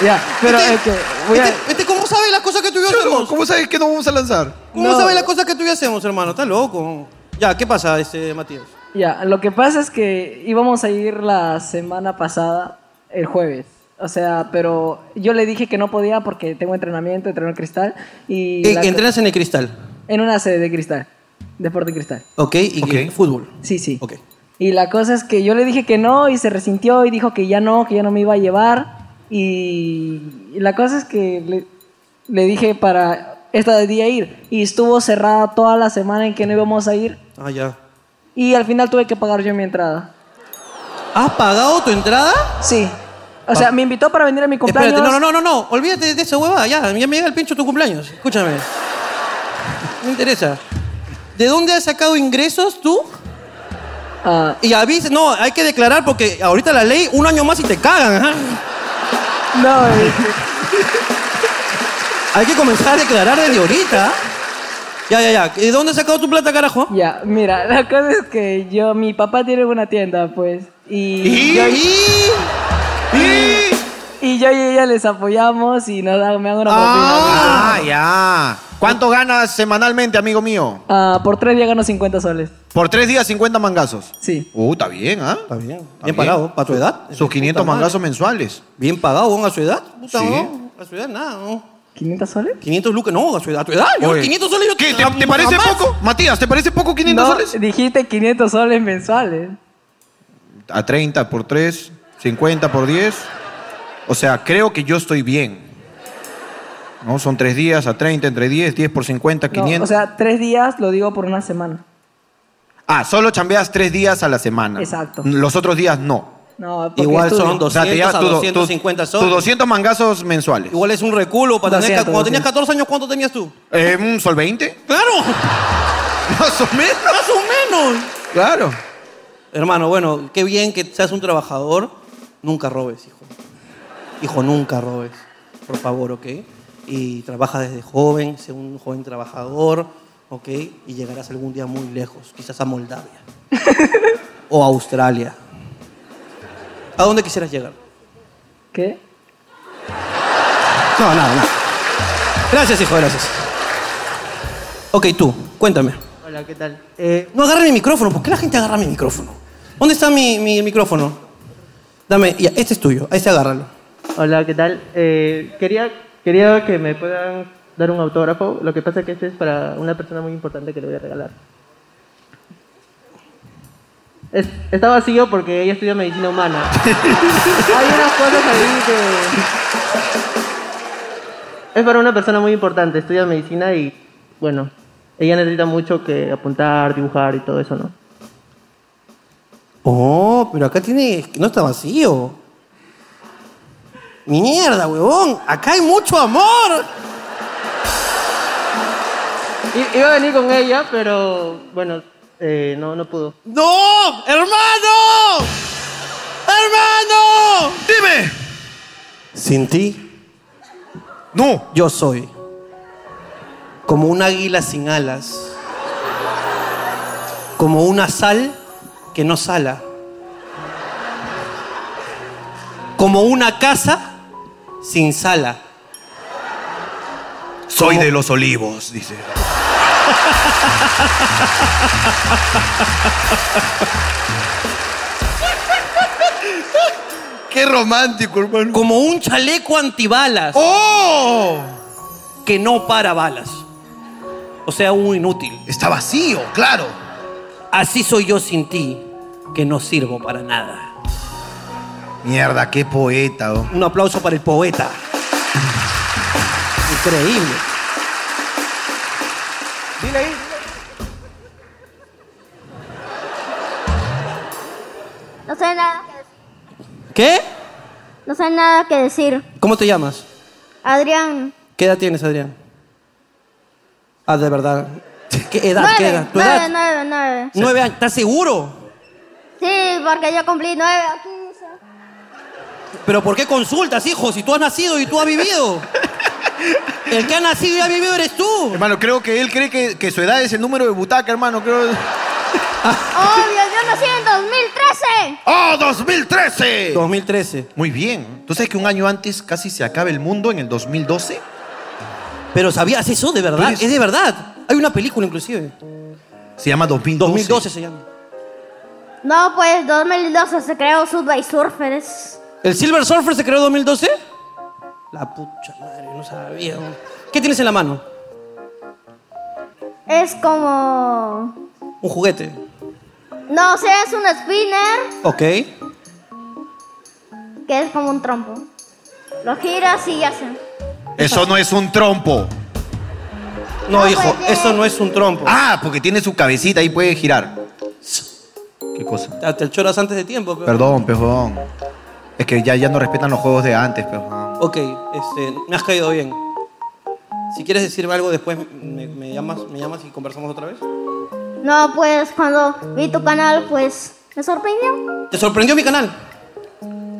Speaker 3: Ya, pero
Speaker 1: Este-
Speaker 3: este, voy a...
Speaker 1: este- este, ¿Cómo sabe las cosas que tú y yo hacemos? ¿Cómo,
Speaker 2: ¿Cómo sabes que no vamos a lanzar?
Speaker 3: No.
Speaker 1: sabe las cosas que tú y yo hacemos, hermano? Está loco. Ya, ¿qué pasa, este, Matías?
Speaker 3: Ya, lo que pasa es que íbamos a ir la semana pasada, el jueves. O sea, pero yo le dije que no podía porque tengo entrenamiento, entreno en cristal y...
Speaker 1: Eh,
Speaker 3: la-
Speaker 1: entrenas en el cristal,
Speaker 3: En una sede de cristal, deporte cristal.
Speaker 1: ¿ok? Y
Speaker 2: Ok.
Speaker 1: y fútbol.
Speaker 3: Sí, sí.
Speaker 1: Ok.
Speaker 3: Y la cosa es que yo le dije que no y se resintió y dijo que ya no, que ya no me iba a llevar. Y, y la cosa es que le, le dije para esta día ir. Y estuvo cerrada toda la semana en que no íbamos a ir.
Speaker 1: Ah, ya.
Speaker 3: Y al final tuve que pagar yo mi entrada.
Speaker 1: ¿Has pagado tu entrada?
Speaker 3: Sí. O sea, me invitó para venir a mi cumpleaños.
Speaker 1: Espérate, no, no, no, no, no. Olvídate de esa huevada, ya. Ya me llega el pincho tu cumpleaños. Escúchame. Me interesa. ¿De dónde has sacado ingresos tú?
Speaker 3: Ah,
Speaker 1: Y avisa, no, hay que declarar porque ahorita la ley, un año más y te cagan, ajá.
Speaker 3: no, este,
Speaker 1: Hay que comenzar a declarar desde ahorita. Ya, ya, ya. ¿De dónde has sacado tu plata, carajo?
Speaker 3: ya, mira, la cosa es que yo, mi papá tiene una tienda, pues. Y,
Speaker 1: ¿Y?
Speaker 3: yo-
Speaker 1: ¿Y?
Speaker 3: Y yo y ella les apoyamos y nos da- me hago una
Speaker 2: Ah, ya.
Speaker 1: Oh.
Speaker 2: ¿Cuánto ganas semanalmente, amigo mío?
Speaker 3: propina. Ah, por tres días gano 50 soles.
Speaker 2: Por tres días, 50 mangazos.
Speaker 3: Sí.
Speaker 2: Uh, está bien, ¿ah? Está
Speaker 1: bien. Bien pagado, para tu edad.
Speaker 2: Sus 500
Speaker 1: madre.
Speaker 2: mangazos mensuales.
Speaker 1: Bien pagado, weón, a su edad. Puta,
Speaker 2: Sí.
Speaker 1: no, a su edad nada, no.
Speaker 3: ¿500 soles?
Speaker 1: 500 lucas, no, a su edad, a tu edad. yo,
Speaker 2: Oye.
Speaker 1: 500 soles yo
Speaker 2: ¿Qué, te, te parece
Speaker 1: jamás.
Speaker 2: poco? Matías, ¿te parece poco 500
Speaker 3: No,
Speaker 2: soles?
Speaker 3: dijiste 500 soles mensuales.
Speaker 2: A 30 por 3, 50 por 10. O sea, creo que yo estoy bien. ¿No? Son tres días a 30 entre 10, 10 por 50,
Speaker 3: No,
Speaker 2: 500.
Speaker 3: o sea, tres días lo digo por una semana.
Speaker 2: ah, solo chambeas tres días a la semana.
Speaker 3: Exacto.
Speaker 2: Los otros días no.
Speaker 3: No, porque
Speaker 1: Igual
Speaker 3: estudio.
Speaker 1: son 200
Speaker 2: te llevas
Speaker 1: a
Speaker 2: tu do- tu-
Speaker 1: 250
Speaker 2: Tus
Speaker 1: soles.
Speaker 2: 200 mangazos mensuales.
Speaker 1: Igual es un reculo. Para
Speaker 3: 200,
Speaker 1: tener, cuando tenías
Speaker 3: 200.
Speaker 1: 14 años, ¿cuánto tenías tú?
Speaker 2: Eh, ¿Un sol 20?
Speaker 1: ¡Claro!
Speaker 2: Más o menos.
Speaker 1: ¡Más o menos!
Speaker 2: Claro.
Speaker 1: Hermano, bueno, qué bien que seas un trabajador. Nunca robes, hijo. Hijo, nunca robes. Por favor, ¿ok? Y trabaja desde joven, sé un joven trabajador, ¿ok? Y llegarás algún día muy lejos, quizás a Moldavia. o a Australia. ¿A dónde quisieras llegar?
Speaker 3: ¿Qué?
Speaker 1: No, nada, nada. Gracias, hijo, gracias. Ok, tú, cuéntame.
Speaker 11: Hola, ¿qué tal?
Speaker 1: Eh, no agarra mi micrófono. ¿Por qué la gente agarra mi micrófono? ¿Dónde está mi, mi micrófono? Dame, ya, este es tuyo. Este agárralo.
Speaker 11: Hola, ¿qué tal? Eh, quería, quería que me puedan dar un autógrafo. Lo que pasa es que este es para una persona muy importante que le voy a regalar. Es- está vacío porque ella estudia medicina humana. Hay unas cosas ahí que... Es para una persona muy importante, estudia medicina y, bueno, ella necesita mucho que apuntar, dibujar y todo eso, ¿no?
Speaker 1: Oh, pero acá tiene... No está vacío. Mierda, huevón. Acá hay mucho amor.
Speaker 11: I- iba a venir con ella, pero, bueno, eh, no, no pudo.
Speaker 1: ¡No! ¡Hermano! ¡Hermano!
Speaker 2: ¡Dime!
Speaker 1: Sin ti,
Speaker 2: ¡No!
Speaker 1: yo soy. Como un águila sin alas. Como una sal que no sala. Como una casa sin sala.
Speaker 2: Soy de los olivos, dice. Qué romántico, hermano.
Speaker 1: Como un chaleco antibalas
Speaker 2: ¡Oh!
Speaker 1: que no para balas. O sea, un inútil.
Speaker 2: Está vacío, oh, claro.
Speaker 1: Así soy yo sin ti, que no sirvo para nada.
Speaker 2: Mierda, qué poeta. oh.
Speaker 1: Un aplauso para el poeta. Increíble.
Speaker 2: Dile ahí.
Speaker 12: No sé nada,
Speaker 1: ¿Qué?
Speaker 12: no sé nada que decir.
Speaker 1: ¿Cómo te llamas?
Speaker 12: Adrián,
Speaker 1: ¿Qué edad tienes, Adrián? Ah, de verdad. ¿Qué edad? ¿Qué
Speaker 12: nueve,
Speaker 1: edad? ¿Tu
Speaker 12: nueve,
Speaker 1: edad?
Speaker 12: nueve, nueve.
Speaker 1: Nueve años. ¿Estás seguro?
Speaker 12: Sí, porque yo cumplí nueve o quince.
Speaker 1: ¿Pero por qué consultas, hijo? Si tú has nacido y tú has vivido. El que ha nacido y ha vivido eres tú.
Speaker 2: Hermano, creo que él cree que, que su edad es el número de butaca, hermano. Creo...
Speaker 1: Ah.
Speaker 12: Obvio, yo nací en 2013.
Speaker 2: ¡Oh, 2013!
Speaker 1: 2013.
Speaker 2: Muy bien. ¿Tú sabes que un año antes casi se acaba el mundo en el 2012?
Speaker 1: ¿Pero sabías eso? ¿De verdad?
Speaker 2: Eres-
Speaker 1: Es de verdad. Hay una película, inclusive.
Speaker 2: Se llama 2012.
Speaker 1: 2012 se llama.
Speaker 12: No, pues 2012 se creó Subway Surfers.
Speaker 1: ¿El Silver Surfer se creó en 2012? La pucha madre, no sabía. ¿Qué tienes en la mano?
Speaker 12: Es como...
Speaker 1: Un juguete.
Speaker 12: No sé, es un spinner
Speaker 1: Ok.
Speaker 12: que es como un trompo. Lo giras y ya se...
Speaker 2: Eso no es un trompo.
Speaker 1: No,
Speaker 12: No,
Speaker 1: hijo,
Speaker 12: pues, eh.
Speaker 1: eso no es un trompo.
Speaker 2: Ah, porque tiene su cabecita y puede girar. ¿Qué cosa?
Speaker 1: Ah, Te choras antes de tiempo. pero-
Speaker 2: Perdón, pejón. Es que ya, ya no respetan los juegos de antes, pejón.
Speaker 1: Ok, este, me has caído bien. Si quieres decirme algo después, me, me llamas, me llamas y conversamos otra vez.
Speaker 12: No, pues cuando vi tu canal, pues me sorprendió.
Speaker 1: ¿Te sorprendió mi canal?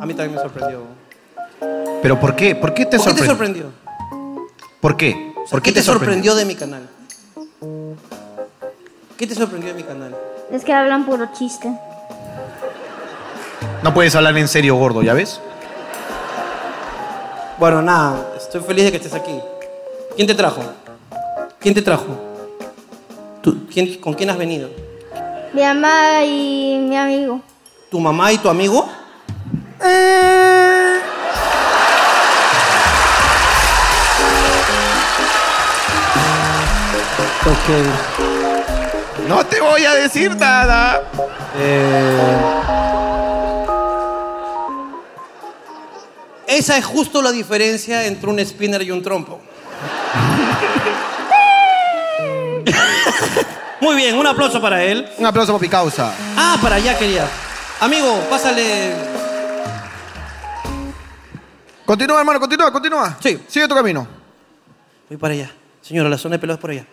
Speaker 1: A mí también me sorprendió.
Speaker 2: ¿Pero por qué? ¿Por qué te
Speaker 1: ¿Por qué te
Speaker 2: sorprendió?
Speaker 1: sorprendió?
Speaker 2: ¿Por qué?
Speaker 1: O sea,
Speaker 2: ¿Por qué
Speaker 1: te, sorprendió de mi canal? ¿Qué te sorprendió de mi canal?
Speaker 12: Es que hablan puro chiste.
Speaker 2: No puedes hablar en serio, gordo, ¿ya ves?
Speaker 1: Bueno, nada, estoy feliz de que estés aquí. ¿Quién te trajo? ¿Quién te trajo? ¿Tú- quién- ¿Con quién has venido?
Speaker 12: Mi mamá y mi amigo.
Speaker 1: ¿Tu mamá y tu amigo? Eh, Ok.
Speaker 2: No te voy a decir nada.
Speaker 1: Esa es justo la diferencia entre un spinner y un trompo. Muy bien, un aplauso para él.
Speaker 2: Un aplauso por mi causa.
Speaker 1: Ah, para allá quería. Amigo, pásale.
Speaker 2: Continúa, hermano, continúa, continúa.
Speaker 1: Sí.
Speaker 2: Sigue tu camino.
Speaker 1: Voy para allá. Señora, la zona de pelados es por allá.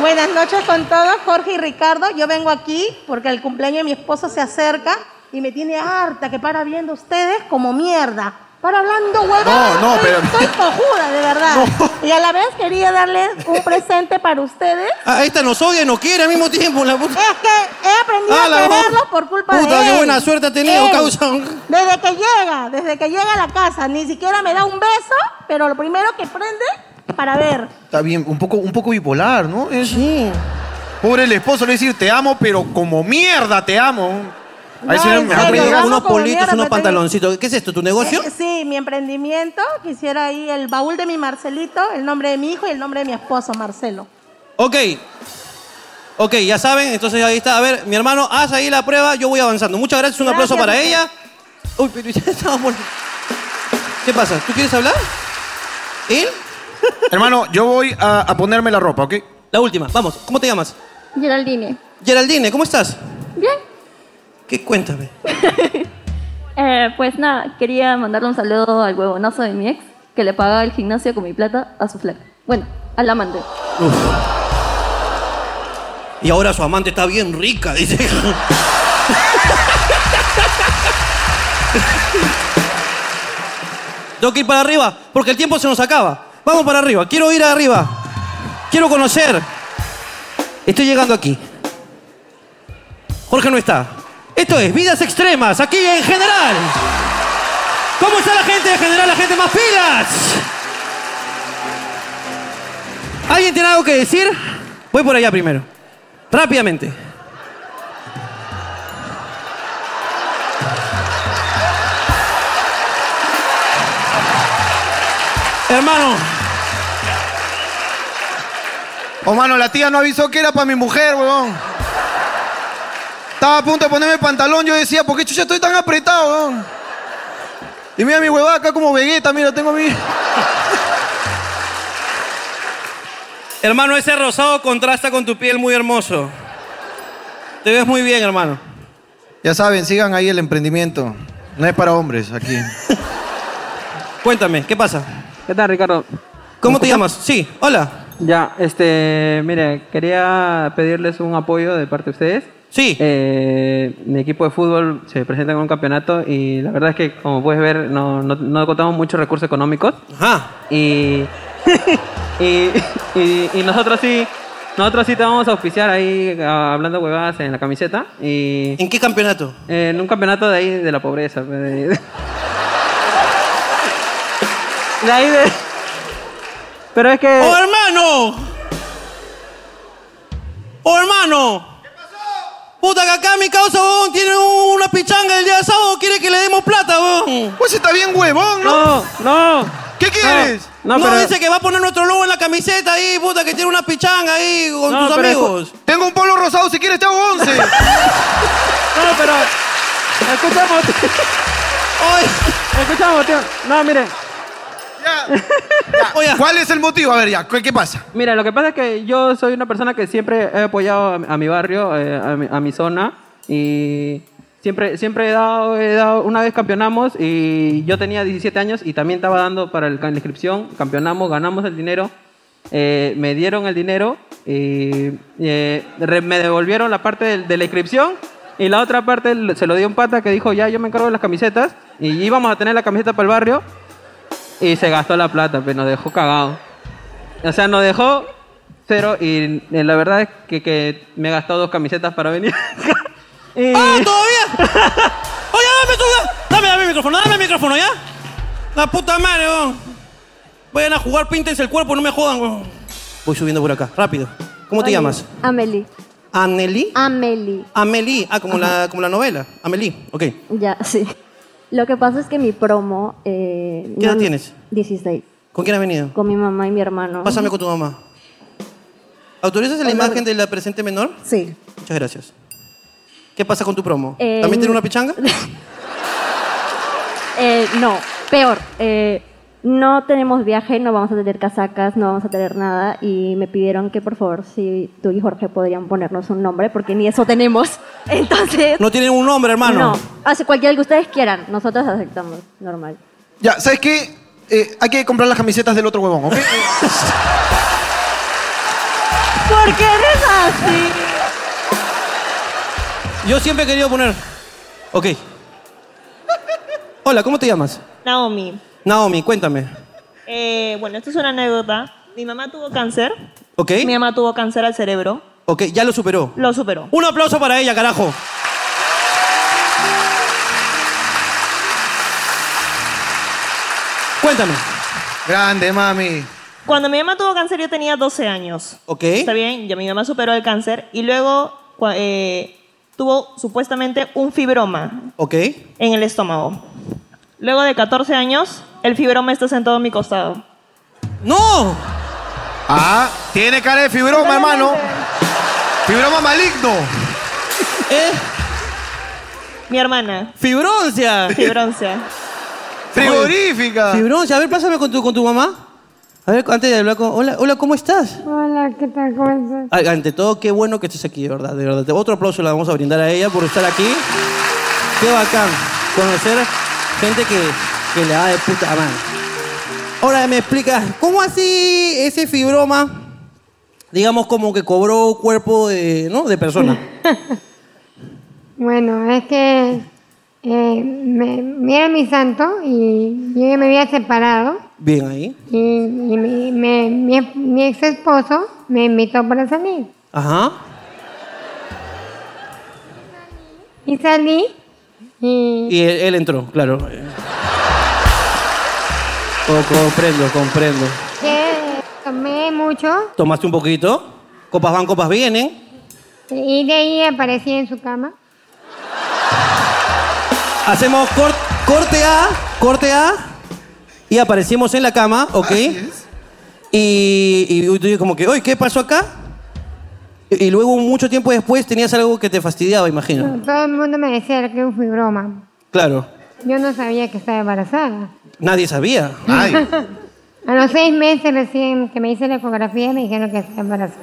Speaker 13: Buenas noches con todos, Jorge y Ricardo. Yo vengo aquí porque el cumpleaños de mi esposo se acerca y me tiene harta que para viendo ustedes como mierda. Para hablando huevadas.
Speaker 2: No, no,
Speaker 13: estoy-
Speaker 2: pero-
Speaker 13: Estoy cojuda, de verdad. Y a la vez quería darles un presente para ustedes.
Speaker 1: Ah, esta nos odia y nos quiere al mismo tiempo. La puta.
Speaker 13: Es que he aprendido
Speaker 1: Ah, la
Speaker 13: a
Speaker 1: voz.
Speaker 13: quererlos por culpa de él.
Speaker 1: Puta, qué buena suerte ha tenido,
Speaker 13: Él,
Speaker 1: causa.
Speaker 13: Desde que llega, desde que llega a la casa, ni siquiera me da un beso, pero lo primero que prende para ver.
Speaker 2: Está bien, un poco, un poco bipolar, ¿no? Sí. Pobre el esposo, le decir te amo, pero como mierda te amo.
Speaker 13: Ahí No, sí en me- serio,
Speaker 1: Me llegan
Speaker 13: vamos
Speaker 1: unos
Speaker 13: como
Speaker 1: politos,
Speaker 13: mierda, me
Speaker 1: unos
Speaker 13: tengo-
Speaker 1: pantaloncitos. ¿Qué es esto, tu negocio?
Speaker 13: Eh, sí, mi emprendimiento. Quisiera ahí el baúl de mi Marcelito, el nombre de mi hijo y el nombre de mi esposo, Marcelo.
Speaker 1: Ok. Ok, ya saben, entonces ahí está. A ver, mi hermano, haz ahí la prueba, yo voy avanzando. Muchas gracias, un aplauso
Speaker 13: Gracias,
Speaker 1: para
Speaker 13: mujer.
Speaker 1: ella. Uy, pero ya estábamos. ¿Qué pasa? ¿Tú quieres hablar? ¿Él?
Speaker 2: Hermano, yo voy a, a ponerme la ropa, ¿ok?
Speaker 1: La última, vamos, ¿cómo te llamas?
Speaker 14: Geraldine.
Speaker 1: Geraldine, ¿cómo estás?
Speaker 14: Bien.
Speaker 1: ¿Qué cuéntame?
Speaker 6: Eh, pues nada, quería mandarle un saludo al huevonazo de mi ex, que le pagaba el gimnasio con mi plata a su flaca. Bueno, al amante.
Speaker 1: Uf. Y ahora su amante está bien rica, dice. Tengo que ir para arriba, porque el tiempo se nos acaba. Vamos para arriba, quiero ir arriba. Quiero conocer. Estoy llegando aquí. Jorge no está. Esto es Vidas Extremas, aquí en general. ¿Cómo está la gente de general? La gente más pilas. ¿Alguien tiene algo que decir? Voy por allá primero. Rápidamente. Hermano.
Speaker 2: Oh, mano, la tía no avisó que era para mi mujer, weón. Estaba a punto de ponerme el pantalón, yo decía, ¿por qué chucha estoy tan apretado, weón? Y mira mi huevada acá como Vegeta, mira, tengo mi...
Speaker 1: Hermano, ese rosado contrasta con tu piel muy hermoso. Te ves muy bien, hermano.
Speaker 2: Ya saben, sigan ahí el emprendimiento. No es para hombres aquí.
Speaker 1: Cuéntame, ¿qué pasa?
Speaker 11: ¿Qué tal, Ricardo?
Speaker 1: ¿Cómo te llamas? Sí, hola.
Speaker 11: Ya, este, mire, quería pedirles un apoyo de parte de ustedes. Eh,
Speaker 1: Sí.
Speaker 11: mi equipo de fútbol se presenta en un campeonato y la verdad es que, como puedes ver, no, no, no contamos muchos recursos económicos.
Speaker 1: Ajá.
Speaker 11: Y, y, y- y nosotros sí, nosotros sí te vamos a auspiciar ahí ah, hablando huevadas en la camiseta. Y,
Speaker 1: ¿En qué campeonato?
Speaker 11: en un campeonato de ahí de la pobreza. pues, De, de ahí de... Pero es que...
Speaker 1: ¡Oh, hermano! ¡Oh, hermano! Puta que acá mi causa, huevón, tiene un- una pichanga el día de sábado, quiere que le demos plata, huevón.
Speaker 2: Pues está bien, huevón,
Speaker 11: ¿no? No, no.
Speaker 2: ¿Qué quieres?
Speaker 1: No,
Speaker 11: no, pero-
Speaker 1: dice que va a poner nuestro logo en la camiseta ahí, puta, que tiene una pichanga ahí con
Speaker 11: No,
Speaker 1: tus
Speaker 11: pero escu-
Speaker 1: amigos.
Speaker 2: Tengo un polo rosado, si quieres te hago once.
Speaker 11: No, pero. Escuchamos. Escuchamos, tío. No, mire.
Speaker 2: ¿Cuál es el motivo? A ver, ya, ¿qué, qué pasa?
Speaker 11: Mira, lo que pasa es que yo soy una persona que siempre he apoyado a, mi- a mi barrio, eh, a, mi, a mi zona, y siempre, siempre he dado, he dado, una vez campeonamos y yo tenía 17 años y también estaba dando para el ca- la inscripción, campeonamos, ganamos el dinero, eh, me dieron el dinero y eh, re- me devolvieron la parte del- de, la inscripción y la otra parte l- se lo dio un pata que dijo, ya, yo me encargo de las camisetas y íbamos a tener la camiseta para el barrio y se gastó la plata, pero nos dejó cagado. O sea, nos dejó cero y eh, la verdad es que, que me he gastado dos camisetas para venir.
Speaker 1: Eh. ¡Ah, todavía! ¡Oye, dame tu... Dame, dame el micrófono, dame el micrófono, ¿ya? La puta madre, weón. Vayan a jugar, píntense el cuerpo, no me jodan, weón. Voy subiendo por acá, rápido. ¿Cómo te llamas?
Speaker 14: Amelie.
Speaker 1: ¿Aneli?
Speaker 14: Amelie.
Speaker 1: Amelie. Ah, como la, como la novela. Amelie, ok.
Speaker 14: Ya, sí. Lo que pasa es que mi promo. eh,
Speaker 1: ¿Qué edad
Speaker 14: no-
Speaker 1: tienes?
Speaker 14: 16.
Speaker 1: ¿Con quién has venido?
Speaker 14: Con mi mamá y mi hermano.
Speaker 1: Pásame con tu mamá. ¿Autorizas la imagen de la presente menor?
Speaker 14: Sí.
Speaker 1: Muchas gracias. ¿Qué pasa con tu promo?
Speaker 14: Eh,
Speaker 1: ¿También tiene una pichanga?
Speaker 14: Eh, no, peor. eh, no tenemos viaje, no vamos a tener casacas, no vamos a tener nada. Y me pidieron que por favor, si tú y Jorge podrían ponernos un nombre, porque ni eso tenemos. Entonces.
Speaker 1: No tiene un nombre, hermano.
Speaker 14: No, hace cualquiera que ustedes quieran. Nosotros aceptamos, normal.
Speaker 2: Ya, ¿sabes qué? Eh, hay que comprar las camisetas del otro huevón, ¿ok?
Speaker 13: ¿Por qué eres así?
Speaker 1: Yo siempre he querido poner. Ok. Hola, ¿cómo te llamas?
Speaker 15: Naomi,
Speaker 1: Naomi, cuéntame.
Speaker 15: eh, bueno, esto es una anécdota. Mi mamá tuvo cáncer.
Speaker 1: Ok.
Speaker 15: Mi mamá tuvo cáncer al cerebro.
Speaker 1: Ok, ya lo superó.
Speaker 15: Lo superó.
Speaker 1: Un aplauso para ella, carajo. Cuéntame.
Speaker 2: Grande, mami.
Speaker 15: Cuando mi mamá tuvo cáncer yo tenía 12 años.
Speaker 1: Ok.
Speaker 15: Está bien, ya mi mamá superó el cáncer y luego cua- eh, tuvo supuestamente un fibroma
Speaker 1: Ok.
Speaker 15: en el estómago. Luego de 14 años, el fibroma está sentado a mi costado.
Speaker 1: ¡No!
Speaker 2: Ah, tiene cara de fibroma, hermano. Fibroma maligno.
Speaker 15: Eh. Mi hermana.
Speaker 1: Fibroncia.
Speaker 15: Fibroncia.
Speaker 2: Frigorífica.
Speaker 1: Fibroncia, a ver, pásame con tu, con tu mamá. A ver, antes de hablar con. Hola, hola, ¿cómo estás?
Speaker 16: Hola, ¿qué tal? ¿Cómo estás?
Speaker 1: Ah, Ante todo, qué bueno que estés aquí, de verdad, de verdad. Otro aplauso la vamos a brindar a ella por estar aquí. Qué bacán conocer gente que, que le da de puta madre. Ahora me explicas, ¿cómo así ese fibroma, digamos, como que cobró cuerpo de, ¿no? de persona?
Speaker 16: Bueno, es que eh, me, me era mi santo y yo ya me había separado
Speaker 1: Bien ahí.
Speaker 16: y, y mi, me- mi ex- mi ex esposo me invitó para salir.
Speaker 1: Ajá.
Speaker 16: Y salí y
Speaker 1: Y él, él entró, claro. Co- comprendo, comprendo.
Speaker 16: que tomé mucho
Speaker 1: Tomaste un poquito. Copas van, copas vienen.
Speaker 16: y de ahí aparecí en su cama.
Speaker 1: Hacemos cor- corte A, corte A. Y aparecimos en la cama, ¿ok? Y, y tú dices como que, oye, ¿qué pasó acá? Y, y luego, mucho tiempo después, tenías algo que te fastidiaba, imagino.
Speaker 16: Todo el mundo me decía que era un fibroma.
Speaker 1: Claro.
Speaker 16: Yo no sabía que estaba embarazada.
Speaker 1: Nadie sabía.
Speaker 16: A los seis meses recién que me hice la ecografía me dijeron que estaba embarazada.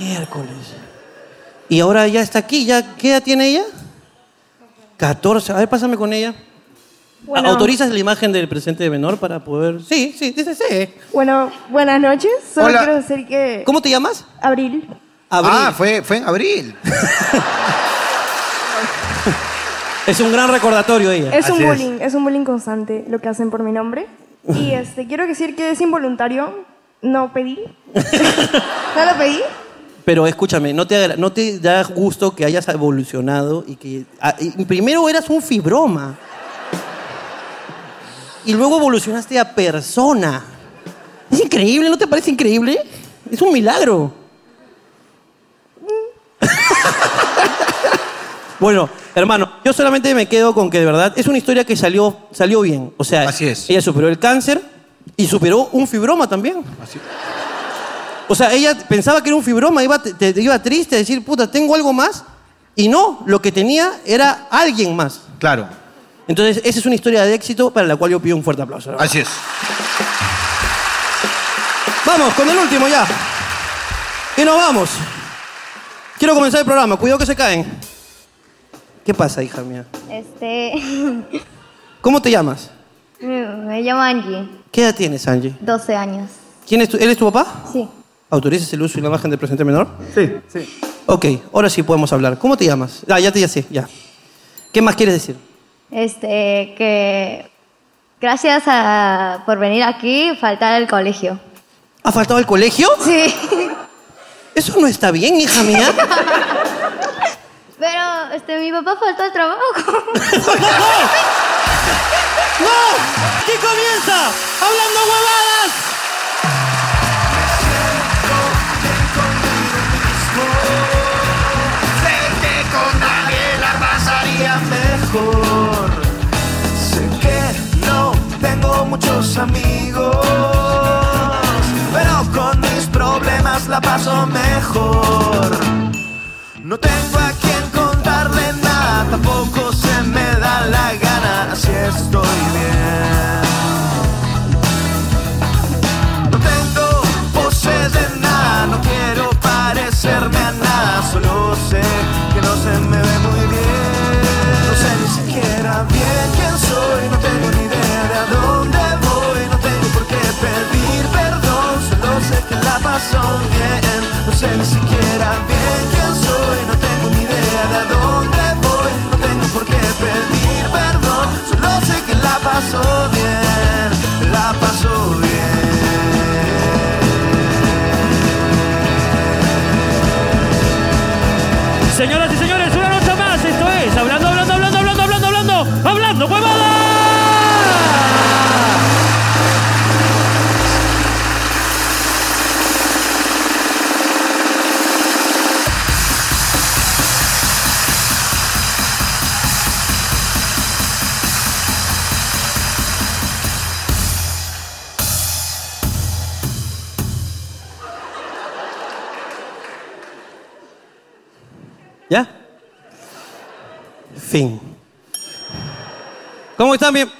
Speaker 1: Miércoles. Y ahora ya está aquí. Ya, ¿Qué edad tiene ella? 14. A ver, pásame con ella.
Speaker 17: Bueno.
Speaker 1: ¿Autorizas la imagen del presente de menor para poder...? Sí, sí, dice sí.
Speaker 17: Bueno, buenas noches. Solo
Speaker 1: Hola.
Speaker 17: quiero decir que.
Speaker 1: ¿Cómo te llamas?
Speaker 17: Abril.
Speaker 2: Ah, fue, fue en abril.
Speaker 1: Es un gran recordatorio ella.
Speaker 17: Es un bullying, es. un bullying constante lo que hacen por mi nombre. Y este, quiero decir que es involuntario. No pedí. no lo pedí.
Speaker 1: Pero escúchame, ¿no te, agra- ¿no te da gusto que hayas evolucionado y que ah, y primero eras un fibroma y luego evolucionaste a persona? Es increíble, ¿no te parece increíble? Es un milagro. bueno, hermano, yo solamente me quedo con que de verdad es una historia que salió, salió bien. O sea, ella superó el cáncer y superó un fibroma también. O sea, ella pensaba que era un fibroma, iba, te, te- iba triste a decir, puta, tengo algo más. Y no, lo que tenía era alguien más.
Speaker 2: Claro.
Speaker 1: Entonces, esa es una historia de éxito para la cual yo pido un fuerte aplauso.
Speaker 2: Así es.
Speaker 1: Vamos, con el último ya. Y nos vamos. Quiero comenzar el programa, cuidado que se caen. ¿Qué pasa, hija mía?
Speaker 18: Este.
Speaker 1: ¿Cómo te llamas?
Speaker 18: Me llamo Angie,
Speaker 1: ¿Qué edad tienes, Angie?
Speaker 18: 12 años.
Speaker 1: ¿Quién es tu, ¿Eres tu papá?
Speaker 18: Sí.
Speaker 1: ¿Autorizas el uso y la imagen del presente menor? Sí, sí. Ok, ahora sí podemos hablar. ¿Cómo te llamas? Ah, ya te ya sé, ya. ¿Qué más quieres decir?
Speaker 18: Este, que. Gracias a- por venir aquí, faltar al colegio.
Speaker 1: ¿Ha faltado el colegio?
Speaker 18: Sí.
Speaker 1: Eso no está bien, hija mía.
Speaker 18: Pero, este, mi papá faltó al trabajo.
Speaker 19: ¡No! ¡Aquí comienza! ¡Hablando huevadas!
Speaker 20: Sé que con nadie la pasaría mejor. Sé que no tengo muchos amigos, pero con mis problemas la paso mejor. No tengo a quien contarle nada, tampoco se me da la gana, así estoy bien. No tengo poses de nada, no quiero parecerme a nada, solo sé que no se me ve muy bien. No sé ni siquiera bien quién soy, no tengo ni idea de a dónde voy, no tengo por qué pedir perdón, solo sé que la paso bien. No sé ni siquiera bien quién soy, no tengo ni idea de a dónde voy, no tengo por qué pedir perdón, solo sé que la paso bien, la paso bien.
Speaker 19: Señoras y señores, una noche más. Esto es Hablando, Hablando, Hablando, Hablando, Hablando, Hablando, Hablando, huevada.
Speaker 1: ¿Ya? Fin.
Speaker 19: ¿Cómo están? Bien.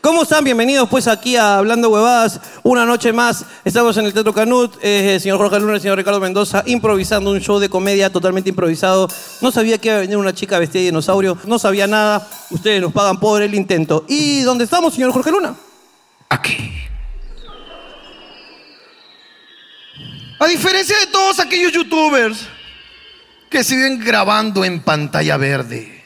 Speaker 1: ¿Cómo están? Bienvenidos pues aquí a Hablando Huevadas, una noche más. Estamos en el Teatro Canut, eh, el señor Jorge Luna, el señor Ricardo Mendoza, improvisando un show de comedia totalmente improvisado. No sabía que iba a venir una chica vestida de dinosaurio, no sabía nada. Ustedes nos pagan por el intento. ¿Y dónde estamos, señor Jorge Luna?
Speaker 2: A diferencia de todos aquellos youtubers que siguen grabando en pantalla verde.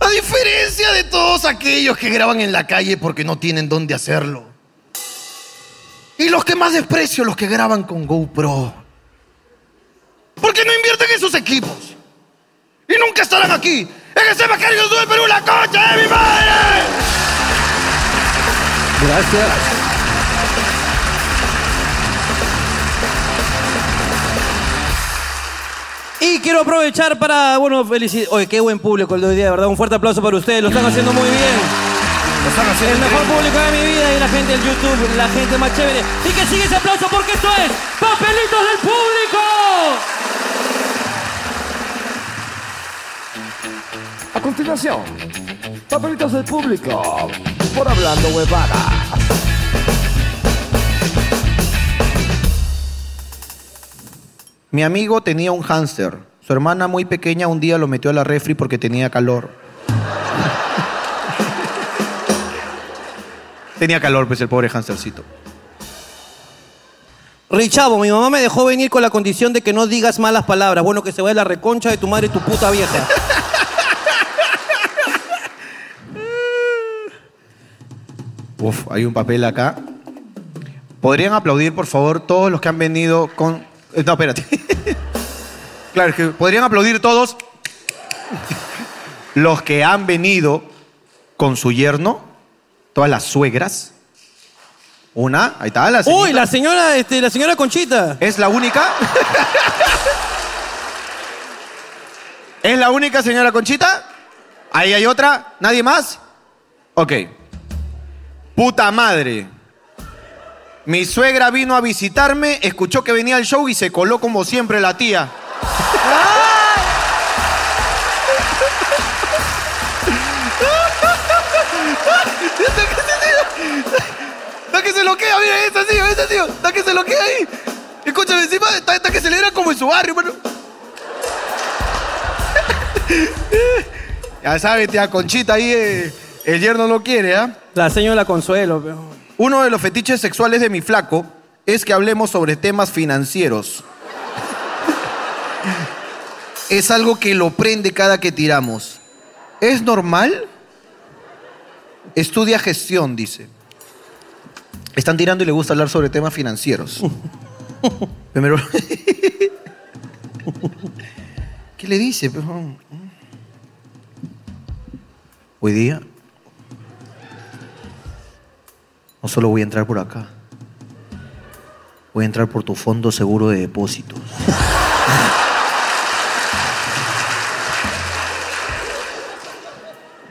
Speaker 2: A diferencia de todos aquellos que graban en la calle porque no tienen dónde hacerlo. Y los que más desprecio, los que graban con GoPro. Porque no invierten en sus equipos. Y nunca estarán aquí. ¡Es que se me cayó el sur de Perú la concha de mi madre!
Speaker 1: Gracias. Y quiero aprovechar para, bueno, felicidades. Oye, qué buen público el de hoy día, de verdad. Un fuerte aplauso para ustedes. Lo están haciendo muy bien. El mejor público de mi vida y la gente del YouTube, la gente más chévere. Y que sigue ese aplauso porque esto es Papelitos del Público.
Speaker 9: A continuación, papelitos del público por hablando huevada.
Speaker 2: Mi amigo tenía un hámster. Su hermana muy pequeña un día lo metió a la refri porque tenía calor. tenía calor, pues el pobre hámstercito.
Speaker 1: Richavo, mi mamá me dejó venir con la condición de que no digas malas palabras. Bueno, que se vaya la reconcha de tu madre y tu puta vieja.
Speaker 2: Uf, hay un papel acá. ¿Podrían aplaudir, por favor, todos los que han venido con... eh, No, espérate. claro, es que podrían aplaudir todos los que han venido con su yerno, todas las suegras. Una, ahí está la señora.
Speaker 1: Uy, la señora, este, la señora Conchita.
Speaker 2: ¿Es la única? ¿Es la única, señora Conchita? ¿Ahí hay otra? ¿Nadie más? Ok. Puta madre. Mi suegra vino a visitarme, escuchó que venía el show y se coló como siempre la tía.
Speaker 19: Está que se lo queda, mira, esa tío, esa tío. Está que se lo queda ahí. Escúchame, encima está, está que celebra como en su barrio, mano.
Speaker 2: Ya sabes, tía Conchita, ahí eh, el yerno no quiere, ¿ah?
Speaker 1: La señora Consuelo, pero...
Speaker 2: Uno de los fetiches sexuales de mi flaco es que hablemos sobre temas financieros. es algo que lo prende cada que tiramos. ¿Es normal? Estudia gestión, dice. Están tirando y le gusta hablar sobre temas financieros. Primero. le dice? pues, ¿no? Hoy día no solo voy a entrar por acá, voy a entrar por tu fondo seguro de depósitos.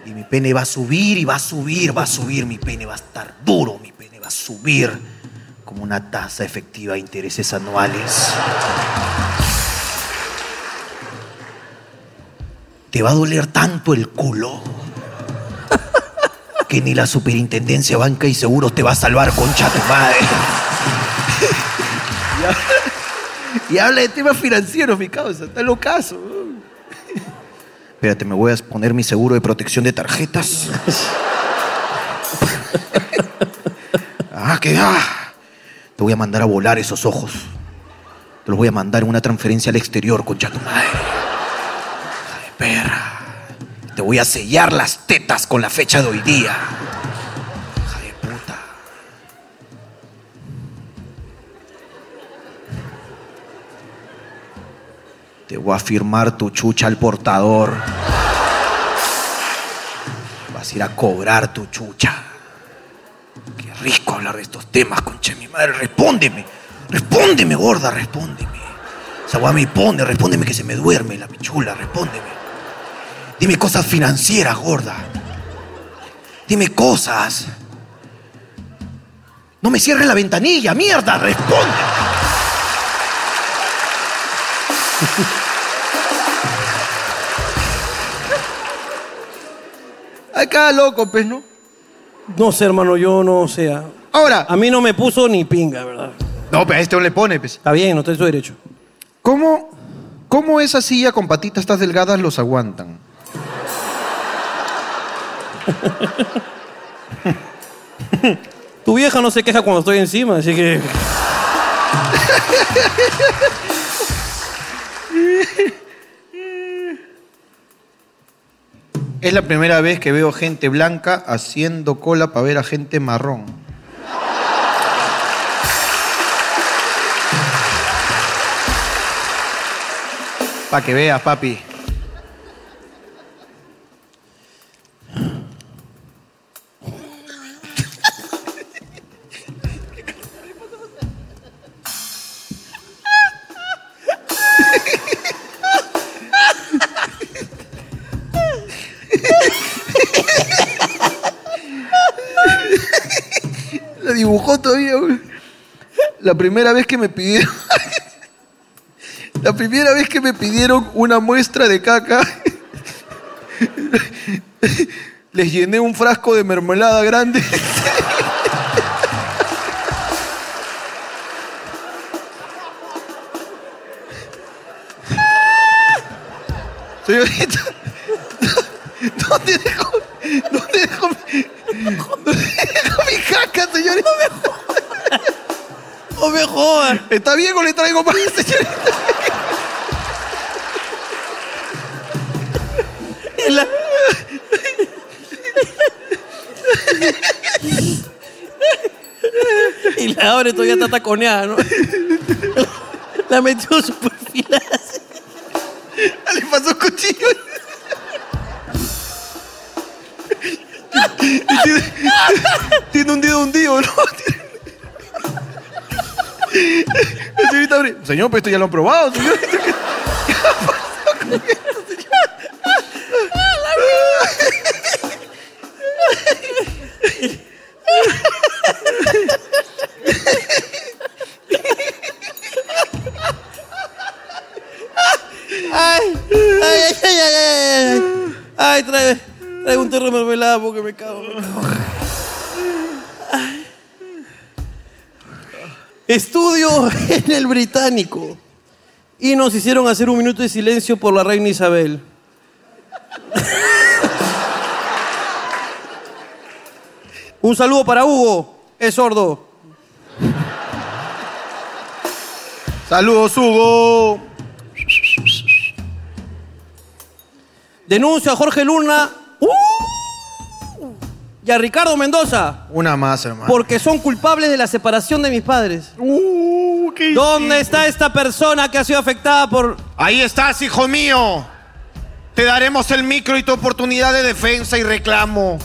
Speaker 2: y mi pene va a subir y va a subir, va a subir, mi pene va a estar duro, mi pene va a subir como una tasa efectiva de intereses anuales. Te va a doler tanto el culo que ni la superintendencia de banca y seguros te va a salvar, concha tu madre. y, habla, y habla de temas financieros, mi causa, está locazo. Espérate, me voy a poner mi seguro de protección de tarjetas. ah, que ah. Te voy a mandar a volar esos ojos. Te los voy a mandar en una transferencia al exterior, concha tu madre. Hija de perra. Te voy a sellar las tetas con la fecha de hoy día. Hija de puta. Te voy a firmar tu chucha al portador. Vas a ir a cobrar tu chucha. Qué rico hablar de estos temas, conche mi madre. Respóndeme. Respóndeme, gorda, respóndeme. Esa guay me pone, respóndeme que se me duerme la pichula, respóndeme. Dime cosas financieras, gorda. Dime cosas. No me cierres la ventanilla, mierda, responde. Acá loco, pues, ¿no?
Speaker 1: No sé, hermano, yo no sé. ah.
Speaker 2: Ahora.
Speaker 1: A mí no me puso ni pinga, ¿verdad?
Speaker 2: No, pero a este no le pone, pues.
Speaker 1: Está bien, no estoy en su derecho.
Speaker 2: ¿Cómo, ¿Cómo esa silla con patitas tan delgadas los aguantan?
Speaker 1: Tu vieja no se queja cuando estoy encima, así que.
Speaker 2: Es la primera vez que veo gente blanca haciendo cola para ver a gente marrón. Para que veas, papi. La dibujó todavía, güey. La primera vez que me pidieron. La primera vez que me pidieron una muestra de caca, les llené un frasco de mermelada grande. Señorita, ¿dónde dejo, dónde dejo, mi- dónde dejo mi caca, señorita? No me jodan. ¿Está bien o le traigo más, señorita?
Speaker 1: Es la- y la abre todavía está taconeada, ¿no? La metió su perfilada. así.
Speaker 2: Ah, Le pasó cuchillo. Y tiene, tiene un dedo hundido, ¿no? La señorita abre. Señor, pues esto ya lo han probado, señor. ¿Qué qué ha pasado con esto,
Speaker 1: Ay, ay, ay, ay, ay, ay, ay. Ay, trae, trae un terro de mermelada porque me cago. me cago. Ay. Estudio en el británico. Y nos hicieron hacer un minuto de silencio por la reina Isabel. un saludo para Hugo, es sordo.
Speaker 2: Saludos, Hugo.
Speaker 1: Denuncio a Jorge Luna ¡uh! y a Ricardo Mendoza
Speaker 2: Una más, hermano.
Speaker 1: porque son culpables de la separación de mis padres.
Speaker 2: Uh,
Speaker 1: ¿Dónde está esta persona que ha sido afectada por...?
Speaker 13: Ahí estás, hijo mío. Te daremos el micro y tu oportunidad de defensa y reclamo.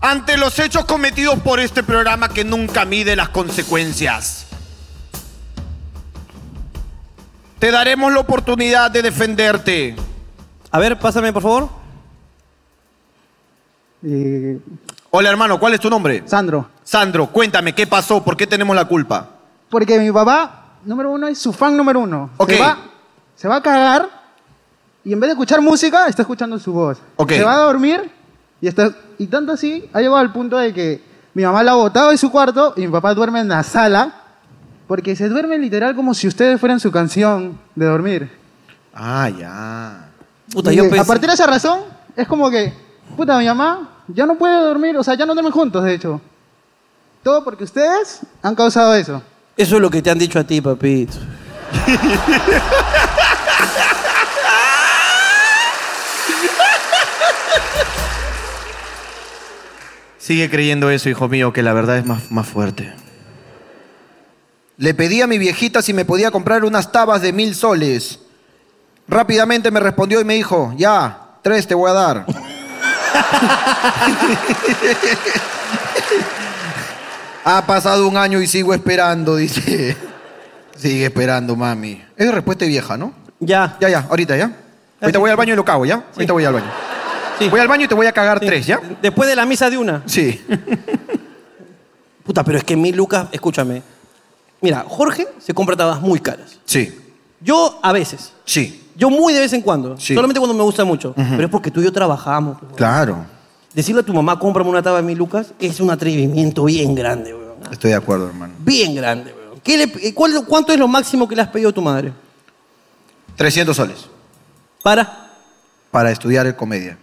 Speaker 13: Ante los hechos cometidos por este programa que nunca mide las consecuencias. Te daremos la oportunidad de defenderte.
Speaker 1: A ver, pásame, por favor.
Speaker 13: Hola, hermano, ¿cuál es tu nombre?
Speaker 21: Sandro.
Speaker 13: Sandro, cuéntame, ¿qué pasó? ¿Por qué tenemos la culpa?
Speaker 21: Porque mi papá, número uno, es su fan número uno.
Speaker 13: Ok.
Speaker 21: Se va, se va a cagar y en vez de escuchar música, está escuchando su voz.
Speaker 13: Ok.
Speaker 21: Se va a dormir y está. Y tanto así, ha llegado al punto de que mi mamá la ha botado de su cuarto y mi papá duerme en la sala. Porque se duerme literal como si ustedes fueran su canción de dormir.
Speaker 13: Ah, ya.
Speaker 21: Y, eh, A partir de esa razón, es como que, puta, mi mamá ya no puede dormir, o sea, ya no duermen juntos, de hecho. Todo porque ustedes han causado eso.
Speaker 1: Eso es lo que te han dicho a ti, papito.
Speaker 13: Sigue creyendo eso, hijo mío, que la verdad es más, más fuerte.
Speaker 2: Le pedí a mi viejita si me podía comprar unas tabas de mil soles. Rápidamente me respondió y me dijo, ya, tres te voy a dar. ha pasado un año y sigo esperando, dice. Sigue esperando, mami. Es de respuesta de vieja, ¿no?
Speaker 1: Ya.
Speaker 2: Ya, ya, ahorita, ¿ya? Ahorita voy al baño y lo cago, ¿ya? Ahorita voy al baño.
Speaker 1: Voy
Speaker 2: al baño y te voy a cagar tres, ¿ya?
Speaker 1: Después de la misa de una.
Speaker 2: Sí.
Speaker 1: Puta, pero es que mil lucas, escúchame. Mira, Jorge se compra tabas muy caras.
Speaker 2: Sí.
Speaker 1: Yo a veces.
Speaker 2: Sí.
Speaker 1: Yo muy de vez en cuando.
Speaker 2: Sí.
Speaker 1: Solamente cuando me gusta mucho.
Speaker 2: Ujú.
Speaker 1: Pero es porque tú y yo trabajamos. pues.
Speaker 2: Claro,
Speaker 1: Decirle a tu mamá, cómprame una taba de mil lucas, es un atrevimiento bien grande, weón.
Speaker 2: estoy de acuerdo, hermano.
Speaker 1: Bien grande, weón. ¿Qué le- eh, cuál- ¿Cuánto es lo máximo que le has pedido a tu madre?
Speaker 2: 300 soles.
Speaker 1: ¿Para?
Speaker 2: Para estudiar el comedia.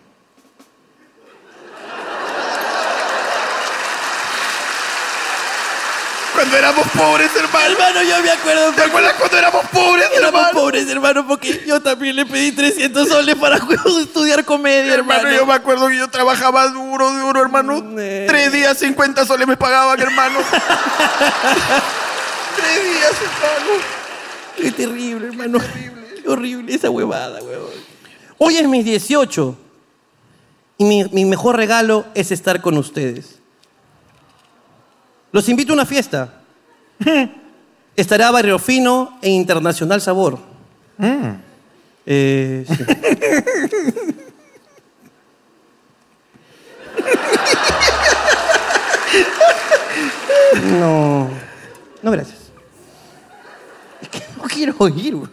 Speaker 13: Cuando éramos pobres, hermano.
Speaker 1: Hermano, yo me acuerdo.
Speaker 13: ¿Te acuerdas cuando éramos pobres,
Speaker 1: Éramos
Speaker 13: hermano?
Speaker 1: pobres, hermano, porque yo también le pedí 300 soles para estudiar comedia,
Speaker 13: hermano. Yo me acuerdo que yo trabajaba duro, duro, hermano.
Speaker 1: Mm, eh.
Speaker 13: Tres días, 50 soles me pagaban, hermano. Tres días, hermano.
Speaker 1: Qué terrible, hermano. Qué horrible esa huevada, huevón. Hoy es mis 18. Y mi, mi mejor regalo es estar con ustedes. Los invito a una fiesta. Estará Barrio Fino e Internacional Sabor. Eh, sí. no. No, gracias. Es que no quiero ir. güey.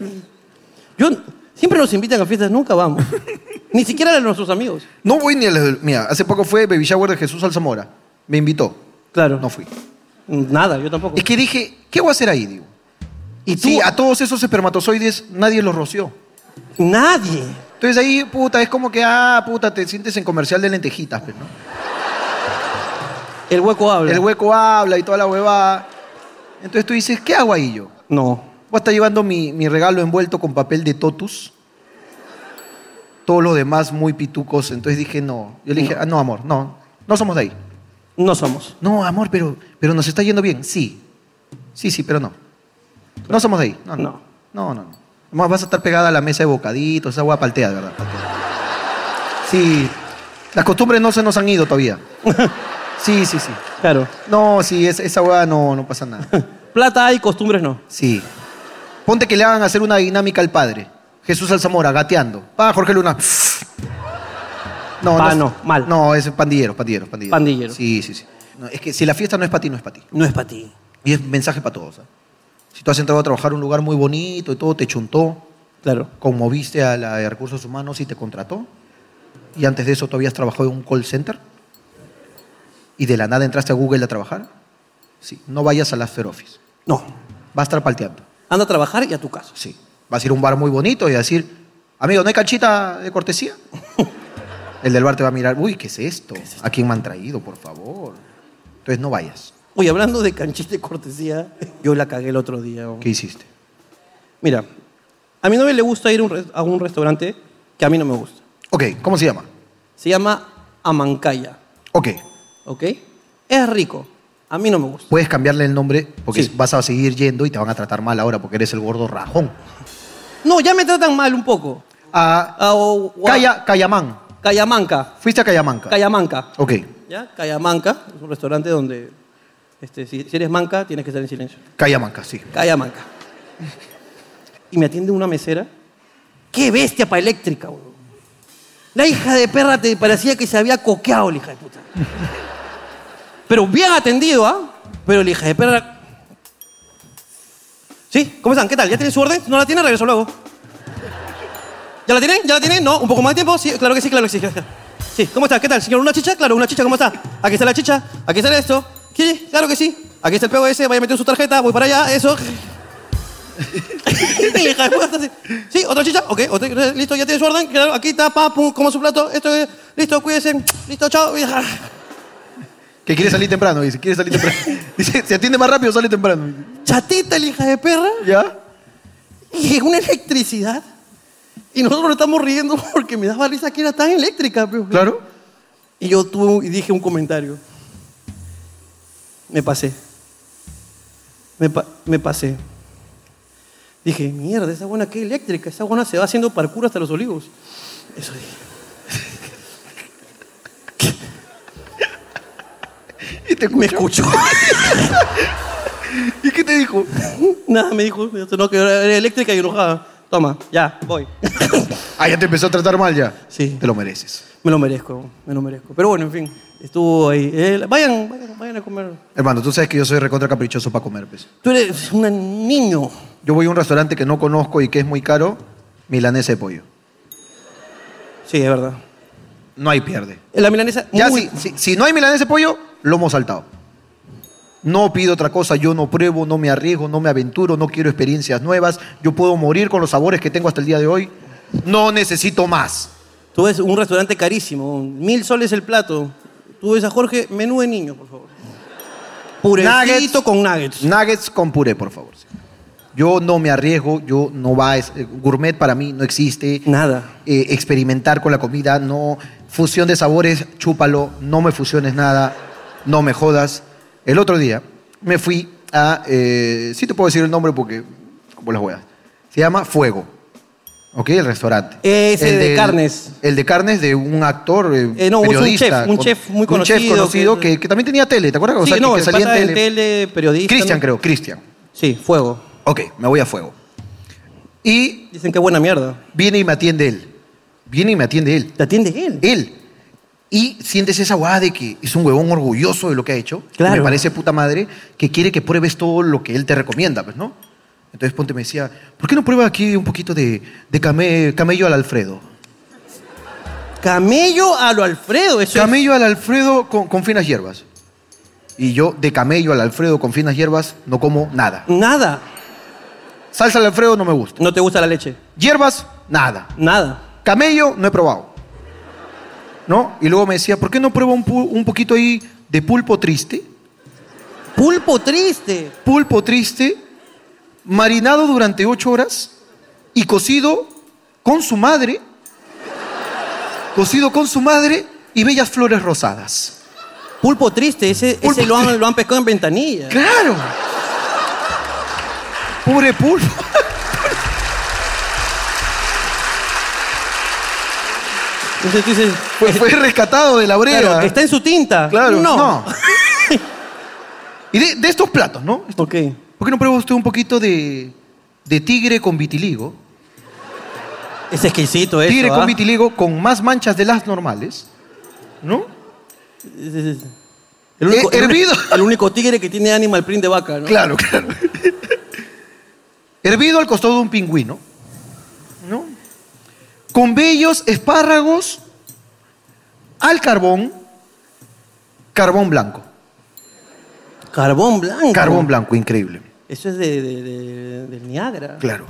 Speaker 1: Yo, siempre nos invitan a fiestas, nunca vamos. Ni siquiera a nuestros amigos.
Speaker 2: No voy ni a la... Mira, hace poco fue Baby Shower de Jesús Alzamora. Me invitó.
Speaker 1: Claro.
Speaker 2: No fui.
Speaker 1: Nada, yo tampoco.
Speaker 2: Es que dije, ¿qué voy a hacer ahí, digo? Y sí, a todos esos espermatozoides nadie los roció.
Speaker 1: Nadie.
Speaker 2: Entonces ahí, puta, es como que, ah, puta, te sientes en comercial de lentejitas, pues, ¿no?
Speaker 1: El hueco habla.
Speaker 2: El hueco habla y toda la huevada. Entonces tú dices, ¿qué hago ahí yo?
Speaker 1: No.
Speaker 2: Voy a estar llevando mi, mi regalo envuelto con papel de totus. Todos los demás muy pitucos. Entonces dije, no. Yo le dije, ah, no, amor, no. No somos de ahí.
Speaker 1: No somos.
Speaker 2: No, amor, pero, pero nos está yendo bien. Sí. Sí, sí, pero no. No somos de ahí. No, no. No, no, no. Además, vas a estar pegada a la mesa de bocaditos, esa agua paltea, de verdad. paltea. Sí. Las costumbres no se nos han ido todavía. Sí, sí, sí.
Speaker 1: Claro.
Speaker 2: No, sí, es- esa hueá no, no pasa nada.
Speaker 1: Plata hay, costumbres no.
Speaker 2: Sí. Ponte que le hagan hacer una dinámica al padre. Jesús Alzamora, gateando. Pa, Jorge Luna. No,
Speaker 1: Pa,
Speaker 2: no, mal. No, es pandillero, pandillero, pandillero. Pandillero. Sí, sí, sí. No, es que si la fiesta no es para ti, no es para ti.
Speaker 1: No es para ti.
Speaker 2: Y es mensaje para todos. ¿ah? Si tú has entrado a trabajar en un lugar muy bonito y todo, te chuntó.
Speaker 1: Claro.
Speaker 2: Conmoviste a la de recursos humanos y te contrató. Y antes de eso, tú habías trabajado en un call center. Y de la nada entraste a Google a trabajar. Sí, no vayas al After Office.
Speaker 1: No.
Speaker 2: Vas a estar palteando.
Speaker 1: Anda a trabajar y a tu casa.
Speaker 2: Sí. Vas a ir a un bar muy bonito y a decir, amigo, ¿no hay canchita de cortesía? El del bar te va a mirar, uy, ¿qué es esto? ¿A quién me han traído, por favor? Entonces no vayas.
Speaker 1: Oye, hablando de canchita de cortesía, yo la cagué el otro día.
Speaker 2: ¿Qué hiciste?
Speaker 1: Mira, a mi novia le gusta ir a un, res- a un restaurante que a mí no me gusta.
Speaker 2: Ok, ¿cómo se llama?
Speaker 1: Se llama Amancaya.
Speaker 2: Ok.
Speaker 1: ¿Ok? Es rico. A mí no me gusta.
Speaker 2: Puedes cambiarle el nombre porque vas a seguir yendo y te van a tratar mal ahora porque eres el gordo rajón.
Speaker 1: No, ya me tratan mal un poco. Ah,
Speaker 2: A, Ah, Calla, Callamán.
Speaker 1: Callamanca.
Speaker 2: Fuiste a Callamanca.
Speaker 1: Callamanca.
Speaker 2: Ok.
Speaker 1: ¿Ya? Callamanca es un restaurante donde este, si, si eres manca tienes que estar en silencio.
Speaker 2: Callamanca, sí.
Speaker 1: Callamanca. Y me atiende una mesera. ¡Qué bestia para eléctrica, boludo! La hija de perra te parecía que se había coqueado, la hija de puta. Pero bien atendido, ¿ah? Pero la hija de perra. ¿Sí? ¿Cómo están? ¿Qué tal? ¿Ya tienen su orden? ¿No la tienen? Regreso luego. ¿Ya la tienen? ¿Ya la tienen? ¿No? ¿Un poco más de tiempo? Sí, claro que sí, claro que sí. claro que sí. Sí, ¿cómo está? ¿Qué tal, señor? ¿Una chicha? Claro, una chicha, ¿cómo está? Aquí está la chicha, aquí está esto. Sí, claro que sí. Aquí está el POS, vaya a meter su tarjeta, voy para allá, eso. Y la hija de puta está así. Sí, otra chicha, ok, otra- listo, ya tiene su orden, claro, aquí está, pa, pum, como su plato, esto, eh, listo, cuídense, listo, chao.
Speaker 2: Que quiere salir temprano, dice. Quiere salir temprano. dice, se atiende más rápido, sale temprano.
Speaker 1: Chatita la hija de perra.
Speaker 2: ¿Ya?
Speaker 1: Y es una electricidad. Y nosotros nos estamos riendo porque me daba risa que era tan eléctrica. pues.
Speaker 2: Claro.
Speaker 1: Y yo tuve, y dije un comentario. Me pasé. Me, pa- me pasé. Dije, mierda, esa buena que eléctrica. Esa buena se va haciendo parkour hasta los olivos. Eso dije.
Speaker 2: ¿Y te
Speaker 1: Me escuchó.
Speaker 2: ¿Y qué te dijo?
Speaker 1: Nada, me dijo, no, que era era eléctrica y enojada. Toma, ya, voy.
Speaker 2: Ah, ya te empezó a tratar mal ya.
Speaker 1: Sí.
Speaker 2: Te lo mereces.
Speaker 1: Me lo merezco, me lo merezco. Pero bueno, en fin, estuvo ahí. Eh, vayan, vayan, vayan a comer.
Speaker 2: Hermano, tú sabes que yo soy recontra caprichoso para comer, pues.
Speaker 1: Tú eres un niño.
Speaker 2: Yo voy a un restaurante que no conozco y que es muy caro, milanesa de pollo.
Speaker 1: Sí, es verdad. Eh,
Speaker 2: No hay pierde.
Speaker 1: La milanesa.
Speaker 2: Ya, si, si- si no hay milanesa de pollo, lomo saltado. No pido otra cosa, yo no pruebo, no me arriesgo, no me aventuro, no quiero experiencias nuevas. Yo puedo morir con los sabores que tengo hasta el día de hoy. No necesito más.
Speaker 1: Tú ves un restaurante carísimo, mil soles el plato. Tú ves a Jorge, menú de niño, por favor. Purecito con nuggets.
Speaker 2: Nuggets con puré, por favor. Yo no me arriesgo, yo no va. es- eh, Gourmet para mí no existe. Eh,
Speaker 1: Nada.
Speaker 2: experimentar con la comida, no. Fusión de sabores, chúpalo, no me fusiones nada, no me jodas. El otro día me fui a. Eh, sí te puedo decir el nombre porque. Como las huevas. Se llama Fuego. ¿Ok? El restaurante.
Speaker 1: Ese de
Speaker 2: del-
Speaker 1: carnes.
Speaker 2: El de carnes de un actor. eh,
Speaker 1: Eh, no, es un
Speaker 2: periodista,
Speaker 1: chef, un
Speaker 2: con-
Speaker 1: chef muy
Speaker 2: Un chef
Speaker 1: conocido
Speaker 2: conocido
Speaker 1: que-
Speaker 2: que, que también tenía tele, ¿te acuerdas? O
Speaker 1: Sí,
Speaker 2: sea, que-
Speaker 1: no,
Speaker 2: que
Speaker 1: el
Speaker 2: salía en
Speaker 1: pata en
Speaker 2: tele.
Speaker 1: tele, periodista.
Speaker 2: Cristian,
Speaker 1: ¿no?
Speaker 2: creo, Cristian.
Speaker 1: Sí, fuego.
Speaker 2: Ok, me voy a fuego. Y.
Speaker 1: Dicen que buena mierda.
Speaker 2: Viene y me atiende él. Viene y me atiende él.
Speaker 1: ¿Te atiende él?
Speaker 2: Él. Y sientes esa guada de que es un huevón orgulloso de lo que ha hecho. que
Speaker 1: Claro.
Speaker 2: Me parece puta madre que quiere que pruebes todo lo que él te recomienda, pues, ¿no? Entonces Ponte me decía, ¿por qué no pruebas aquí un poquito de, de came- camello al Alfredo?
Speaker 1: Camello a lo Alfredo, eso
Speaker 2: Camello al Alfredo con, con finas hierbas. Y yo de camello al Alfredo con finas hierbas no como nada.
Speaker 1: Nada.
Speaker 2: Salsa al Alfredo no me gusta.
Speaker 1: No te gusta la leche.
Speaker 2: Hierbas, nada.
Speaker 1: Nada.
Speaker 2: Camello, no he probado. ¿No? Y luego me decía, ¿por qué no prueba un, pu- un poquito ahí de pulpo triste?
Speaker 1: Pulpo triste.
Speaker 2: Pulpo triste, marinado durante ocho horas y cocido con su madre. Cocido con su madre y bellas flores rosadas.
Speaker 1: Pulpo triste, ese, ese lo, han, lo han pescado en ventanilla.
Speaker 2: ¡Claro! Pobre pulpo.
Speaker 1: Entonces tú dices. este,
Speaker 2: Fue, fue rescatado de la brega.
Speaker 1: Claro, está en su tinta.
Speaker 2: Claro,
Speaker 1: No.
Speaker 2: y de, de estos platos, ¿no? Esto- ¿Por qué no prueba usted un poquito de, de tigre con vitiligo?
Speaker 1: Es exquisito eso.
Speaker 2: tigre con
Speaker 1: ¿ah?
Speaker 2: vitiligo con más manchas de las normales, ¿no?
Speaker 1: El único,
Speaker 2: Eh,
Speaker 1: el
Speaker 2: hervido.
Speaker 1: único- el único tigre que tiene animal print de vaca, ¿no?
Speaker 2: Claro, claro. Hervido al costado de un pingüino, ¿no? Con bellos espárragos al carbón, carbón blanco.
Speaker 1: Carbón blanco.
Speaker 2: Carbón blanco, increíble.
Speaker 1: Eso es de, de- de- del Niágara.
Speaker 2: Claro.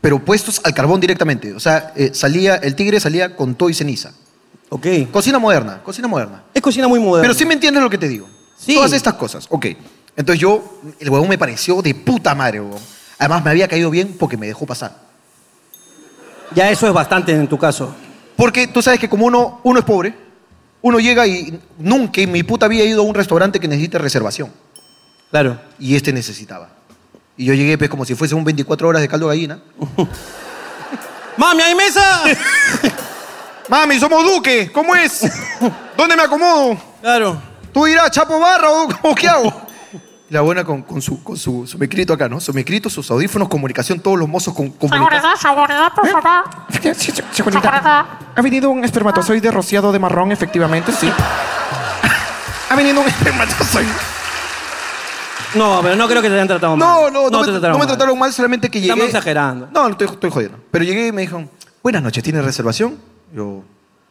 Speaker 2: Pero puestos al carbón directamente. O sea, eh, salía, el tigre salía con todo y ceniza.
Speaker 1: Ok.
Speaker 2: Cocina moderna, cocina moderna.
Speaker 1: Es cocina muy moderna.
Speaker 2: Pero sí me entiendes lo que te digo. Todas estas cosas. Ok. Entonces yo, el huevón me pareció de puta madre, huevón. Además me había caído bien porque me dejó pasar.
Speaker 1: Ya eso es bastante en tu caso.
Speaker 2: Porque tú sabes que como uno, uno es pobre, uno llega y nunca en mi puta había ido a un restaurante que necesite reservación.
Speaker 1: Claro.
Speaker 2: Y este necesitaba. Y yo llegué, pues, como si fuese un 24 horas de caldo de gallina.
Speaker 13: ¡Mami, hay mesa! Mami, somos Duque. ¿Cómo es? ¿Dónde me acomodo?
Speaker 1: Claro.
Speaker 2: ¿Tú irás Chapo Barra o, o qué hago? Y la buena con, con su, con su, su mecrito acá, ¿no? Su mecrito, sus audífonos, comunicación, todos los mozos con comunicación.
Speaker 20: seguridad,
Speaker 2: ¿Eh?
Speaker 20: por favor. Seguridad.
Speaker 4: Ha venido un espermatozoide rociado de marrón, efectivamente, sí.
Speaker 2: Ha venido un espermatozoide.
Speaker 1: No, pero no creo que te hayan tratado mal.
Speaker 2: No, no, no, me,
Speaker 1: te
Speaker 2: no me trataron mal, solamente que llegué.
Speaker 1: Estamos exagerando.
Speaker 2: No, no, estoy, estoy jodiendo. Pero llegué y me dijo, buenas noches, ¿tiene reservación? Yo,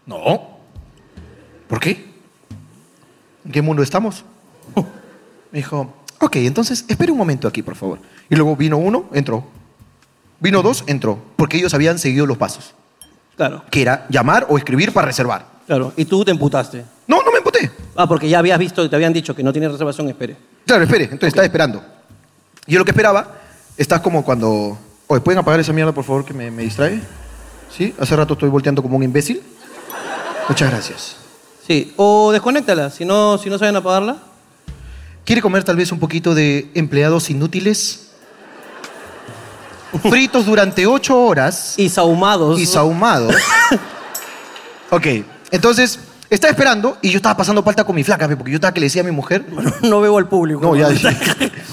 Speaker 2: no. ¿Por qué? ¿En qué mundo estamos?
Speaker 1: Oh.
Speaker 2: Me dijo, ok, entonces espere un momento aquí, por favor. Y luego vino uno, entró. Vino dos, entró. Porque ellos habían seguido los pasos.
Speaker 1: Claro.
Speaker 2: Que era llamar o escribir para reservar.
Speaker 1: Claro. Y tú te emputaste.
Speaker 2: No, no me emputé.
Speaker 1: Ah, porque ya habías visto, te habían dicho que no tienes reservación, espere.
Speaker 2: Claro, espere. Entonces estaba esperando. Yo lo que esperaba, estás como cuando... Oye, ¿pueden apagar esa mierda, por favor, que me, me distrae? ¿Sí? Hace rato estoy volteando como un imbécil. Muchas gracias.
Speaker 1: Sí. O desconéctala, si no, si no saben apagarla.
Speaker 2: ¿Quiere comer tal vez un poquito de empleados inútiles? Fritos durante ocho horas.
Speaker 1: Y sahumados.
Speaker 2: Y sahumados. ok, entonces estaba esperando y yo estaba pasando falta con mi flaca, pe, porque yo estaba que le decía a mi mujer.
Speaker 1: No veo al público.
Speaker 2: No, ya dije.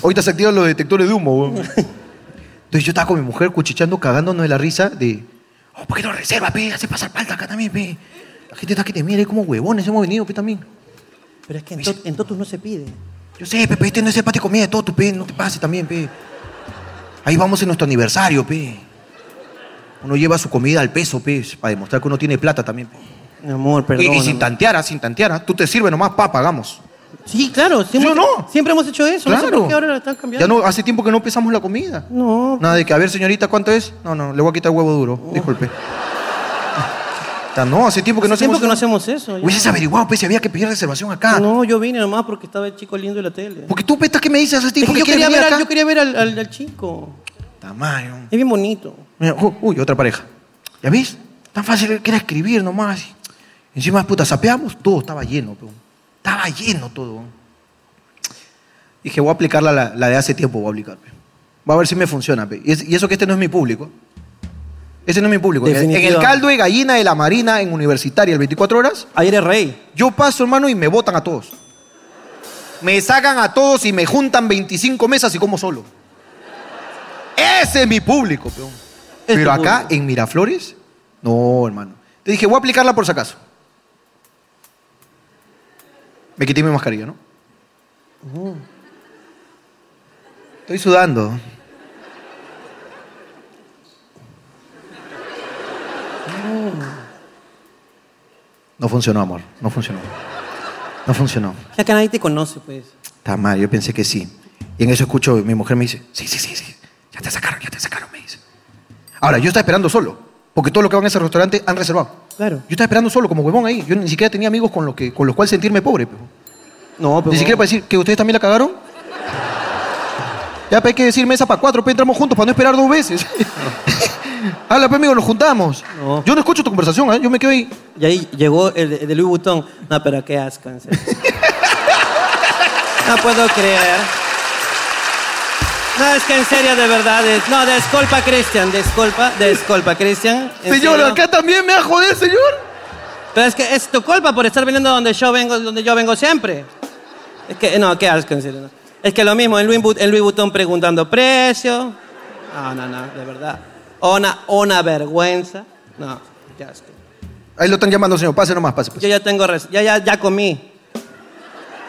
Speaker 2: Ahorita se activan los detectores de humo. weón. Entonces yo estaba con mi mujer cuchicheando, cagándonos de la risa de. Oh, ¿Por qué no reserva, pe? Hace pasar falta acá también, pe. La gente está que te mira, como huevones, hemos venido, pe, también.
Speaker 1: Pero es que en, to- en Totus no se pide.
Speaker 2: Yo sé, Pepe, este no es el patio de comida de todo, pe, no te pases también, pe. Ahí vamos en nuestro aniversario, pe. Uno lleva su comida al peso, pe, para demostrar que uno tiene plata también, pe.
Speaker 1: Mi amor,
Speaker 2: Y-
Speaker 1: perdón.
Speaker 2: Y, sin tantear, ah, sin tantear, ah. tú te sirves nomás, pa, pagamos.
Speaker 1: Sí, claro. Siempre, siempre hemos hecho eso. No sé
Speaker 2: Claro.
Speaker 1: por qué ahora lo están cambiando.
Speaker 2: Ya no, hace tiempo que no pesamos la comida.
Speaker 1: No. Oh.
Speaker 2: Nada de que, a ver, señorita, ¿cuánto es? No, no, le voy a quitar huevo duro, disculpe. Ya no, hace tiempo que no
Speaker 1: Hace tiempo
Speaker 2: hacemos
Speaker 1: que no hacemos eso. ya.
Speaker 2: Hubieses averiguado, pe, si había que pedir reservación acá.
Speaker 1: No, yo vine nomás porque estaba el chico lindo de la tele.
Speaker 2: Porque tú, peta, ¿qué me dices? Hace
Speaker 1: Es
Speaker 2: tiempo
Speaker 1: que yo,
Speaker 2: que
Speaker 1: quería
Speaker 2: quieres
Speaker 1: ver
Speaker 2: venir
Speaker 1: al,
Speaker 2: acá.
Speaker 1: yo quería ver al, al- al chico.
Speaker 2: Tamayo.
Speaker 1: Es bien bonito.
Speaker 2: Mira, uh, uy, otra pareja. ¿Ya ves? Tan fácil que era escribir nomás. Encima, puta, sapeamos, todo estaba lleno. pe. Estaba lleno todo. Dije, voy a aplicar la, la- la de hace tiempo, voy a aplicar. pe. Voy a ver si me funciona. pe. Y, es- y eso que este no es mi público. Ese no es mi público. En en el
Speaker 1: Definitivamente.
Speaker 2: caldo de gallina de la Marina en Universitaria, el 24 horas.
Speaker 1: Ahí eres rey.
Speaker 2: Yo paso, hermano, y me botan a todos. Me sacan a todos y me juntan 25 mesas y como solo. Ese es mi público, peón. Pero
Speaker 1: tu
Speaker 2: acá, en Miraflores, no, hermano. Te dije, voy a aplicarla por si acaso. Me quité mi mascarilla, ¿no? Estoy sudando. No funcionó, amor. No funcionó. No funcionó.
Speaker 1: Ya que nadie te conoce, pues.
Speaker 2: Está mal, yo pensé que sí. Y en eso escucho, mi mujer me dice, sí, sí, sí, sí. Ya te sacaron, ya te sacaron, me dice. Ahora, yo estaba esperando solo, porque todos los que van a ese restaurante han reservado.
Speaker 1: Claro.
Speaker 2: Yo estaba esperando solo, como huevón ahí. Yo ni siquiera tenía amigos con los, que, con los cuales sentirme pobre. pe.
Speaker 1: No, pero.
Speaker 2: Ni siquiera para decir que ustedes también la cagaron. Ya, pe, hay que decir mesa para cuatro, pe, entramos juntos para no esperar dos veces. Habla, pe, amigo, nos juntamos.
Speaker 1: No.
Speaker 2: Yo no escucho tu conversación, ¿eh? yo me quedo ahí.
Speaker 1: Y ahí llegó el, de- el de Louis Vuitton. No, pero qué asco, en serio. No puedo creer. No, es que en serio, de verdad. es- No, desculpa, Cristian. Desculpa, desculpa, Cristian. en
Speaker 2: Señor,
Speaker 1: serio.
Speaker 2: acá también me va a joder, señor.
Speaker 1: Pero es que es tu culpa por estar viniendo donde yo vengo, donde yo vengo siempre. Es que, no, qué asco, en serio. no. Es que lo mismo, en Louis, Bu- en Louis Vuitton preguntando precio. No, no, no, de verdad. Una, una vergüenza. No, qué asco.
Speaker 2: Ahí lo están llamando, señor. Pase nomás, pase.
Speaker 1: Yo ya tengo, res- ya, ya, ya comí.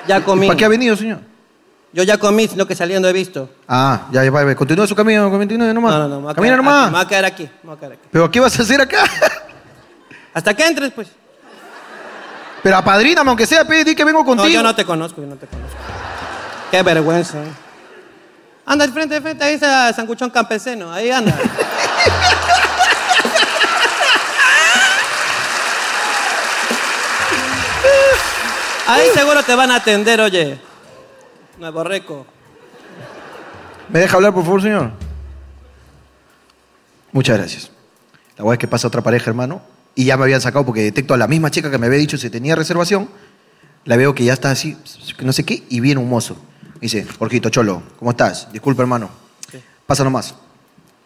Speaker 1: Ya comí.
Speaker 2: ¿Para qué ha venido, señor?
Speaker 1: Yo ya comí, sino que saliendo he visto.
Speaker 2: Ah, ya, ya, va, va. Continúa su camino, continúa nomás.
Speaker 1: No, no, no. me voy a
Speaker 2: Camina
Speaker 1: quedar
Speaker 2: nomás.
Speaker 1: aquí, me voy a quedar aquí, me voy a quedar aquí.
Speaker 2: ¿Pero qué vas a hacer acá?
Speaker 1: Hasta que entres, pues.
Speaker 2: Pero apadríname, aunque sea, pedí que vengo
Speaker 1: No,
Speaker 2: contigo.
Speaker 1: yo no te conozco, yo no te conozco. Qué vergüenza. eh. Anda, al frente, al frente, ahí está Sanguchón Campesino, ahí anda. Ahí seguro te van a atender, oye. Nuevo Reco.
Speaker 2: ¿Me deja hablar, por favor, señor? Muchas gracias. La verdad es que pasa otra pareja, hermano, y ya me habían sacado porque detecto a la misma chica que me había dicho si tenía reservación. La veo que ya está así, que no sé qué, y viene un mozo. Me dice, Jorgito, Cholo, ¿cómo estás? Disculpa, hermano. Pasa nomás.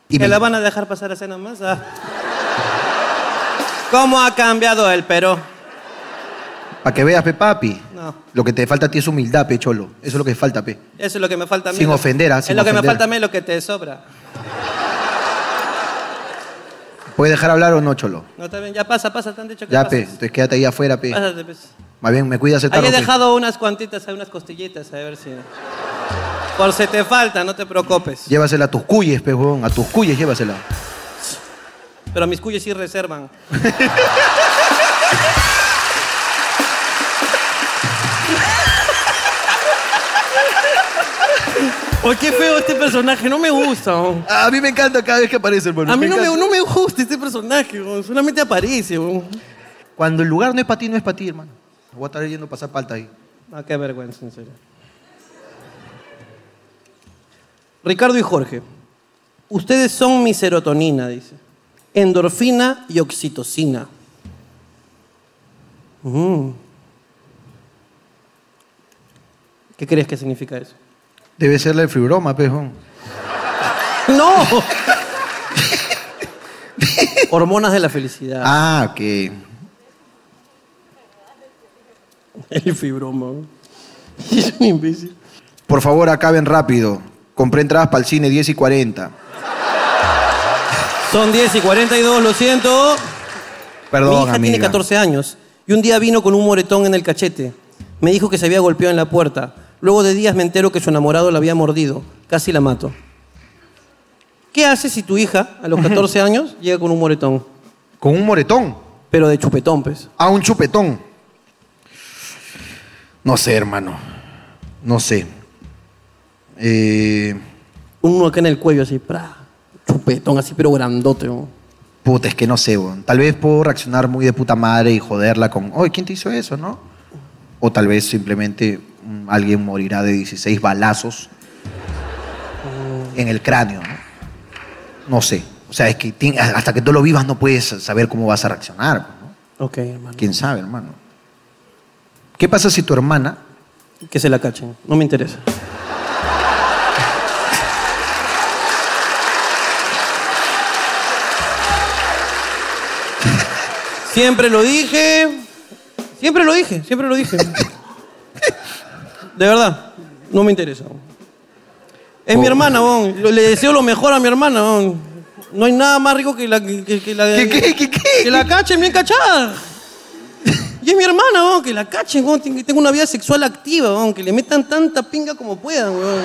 Speaker 2: Y
Speaker 1: ¿Que
Speaker 2: me-
Speaker 1: la van a dejar pasar así nomás? Ah. ¿Cómo ha cambiado el Perú?
Speaker 2: Para que veas, pe papi.
Speaker 1: No.
Speaker 2: Lo que te falta a ti es humildad, pe cholo. Eso es lo que falta, pe.
Speaker 1: Eso es lo que me falta a mí.
Speaker 2: Sin ofender, ah,
Speaker 1: Es
Speaker 2: sin
Speaker 1: lo que me
Speaker 2: ofender.
Speaker 1: falta a mí, lo que te sobra.
Speaker 2: ¿Puedes dejar hablar o no, cholo?
Speaker 1: No, está bien, ya pasa, pasa, te han dicho que
Speaker 2: Ya,
Speaker 1: pasa.
Speaker 2: pe. Entonces quédate ahí afuera, pe.
Speaker 1: Pásate, pues.
Speaker 2: Más bien, me cuidas el
Speaker 1: Ahí
Speaker 2: carro.
Speaker 1: he
Speaker 2: pe.
Speaker 1: dejado unas cuantitas, hay unas costillitas, a ver si... Por si te falta, no te preocupes.
Speaker 2: Llévasela a tus cuyes, pe, huevón. A tus cuyes llévasela.
Speaker 1: Pero mis cuyes sí reservan. Oye, qué feo este personaje, no me gusta.
Speaker 2: A mí me encanta cada vez que aparece, hermano.
Speaker 1: A mí no me,
Speaker 2: encanta.
Speaker 1: no me gusta este personaje, weón, solamente aparece.
Speaker 2: Cuando el lugar no es para ti, no es para ti, hermano. Voy a estar yendo a pasar palta ahí.
Speaker 1: Ah, qué vergüenza, en serio. Ricardo y Jorge, ustedes son mi serotonina, dice. Endorfina y oxitocina. Mm. ¿Qué crees que significa eso?
Speaker 2: Debe ser la del fibroma, pejón.
Speaker 1: ¡No! Hormonas de la felicidad.
Speaker 2: Ah, ok.
Speaker 1: El fibroma. Es un imbécil.
Speaker 2: Por favor, acaben rápido. Compré entradas para el cine 10 y 40.
Speaker 1: Son 10 y 42, lo siento.
Speaker 2: Perdón,
Speaker 1: Mi hija tiene
Speaker 2: amiga.
Speaker 1: 14 años y un día vino con un moretón en el cachete. Me dijo que se había golpeado en la puerta. Luego de días me entero que su enamorado la había mordido. Casi la mato. ¿Qué hace si tu hija, a los 14 años, llega con un moretón?
Speaker 2: ¿Con un moretón?
Speaker 1: Pero de chupetón, pues.
Speaker 2: A un chupetón. No sé, hermano. No sé. Eh,
Speaker 1: Uno acá en el cuello, así, pra. Chupetón, así, pero grandote. ¿no?
Speaker 2: puta, es que no sé, weón. Tal vez puedo reaccionar muy de puta madre y joderla con, oye, ¿quién te hizo eso, no? O tal vez simplemente mm, alguien morirá de 16 balazos en el cráneo, ¿no? No sé. O sea, es que ti- hasta que tú lo vivas no puedes saber cómo vas a reaccionar.
Speaker 1: Ok, hermano.
Speaker 2: ¿Quién sabe, hermano? ¿Qué pasa si tu hermana...
Speaker 1: Que se la cachen. No me interesa. Siempre lo dije. Siempre lo dije, siempre lo dije. De verdad, no me interesa. Es mi hermana, bon. Lo- le deseo lo mejor a mi hermana. bon. No hay nada más rico que la que, que la que la cachen bien cachada. Y es mi hermana, bon, que la cachen, bon. Ten- que tenga una vida sexual activa, bon, que le metan tanta pinga como puedan, weón.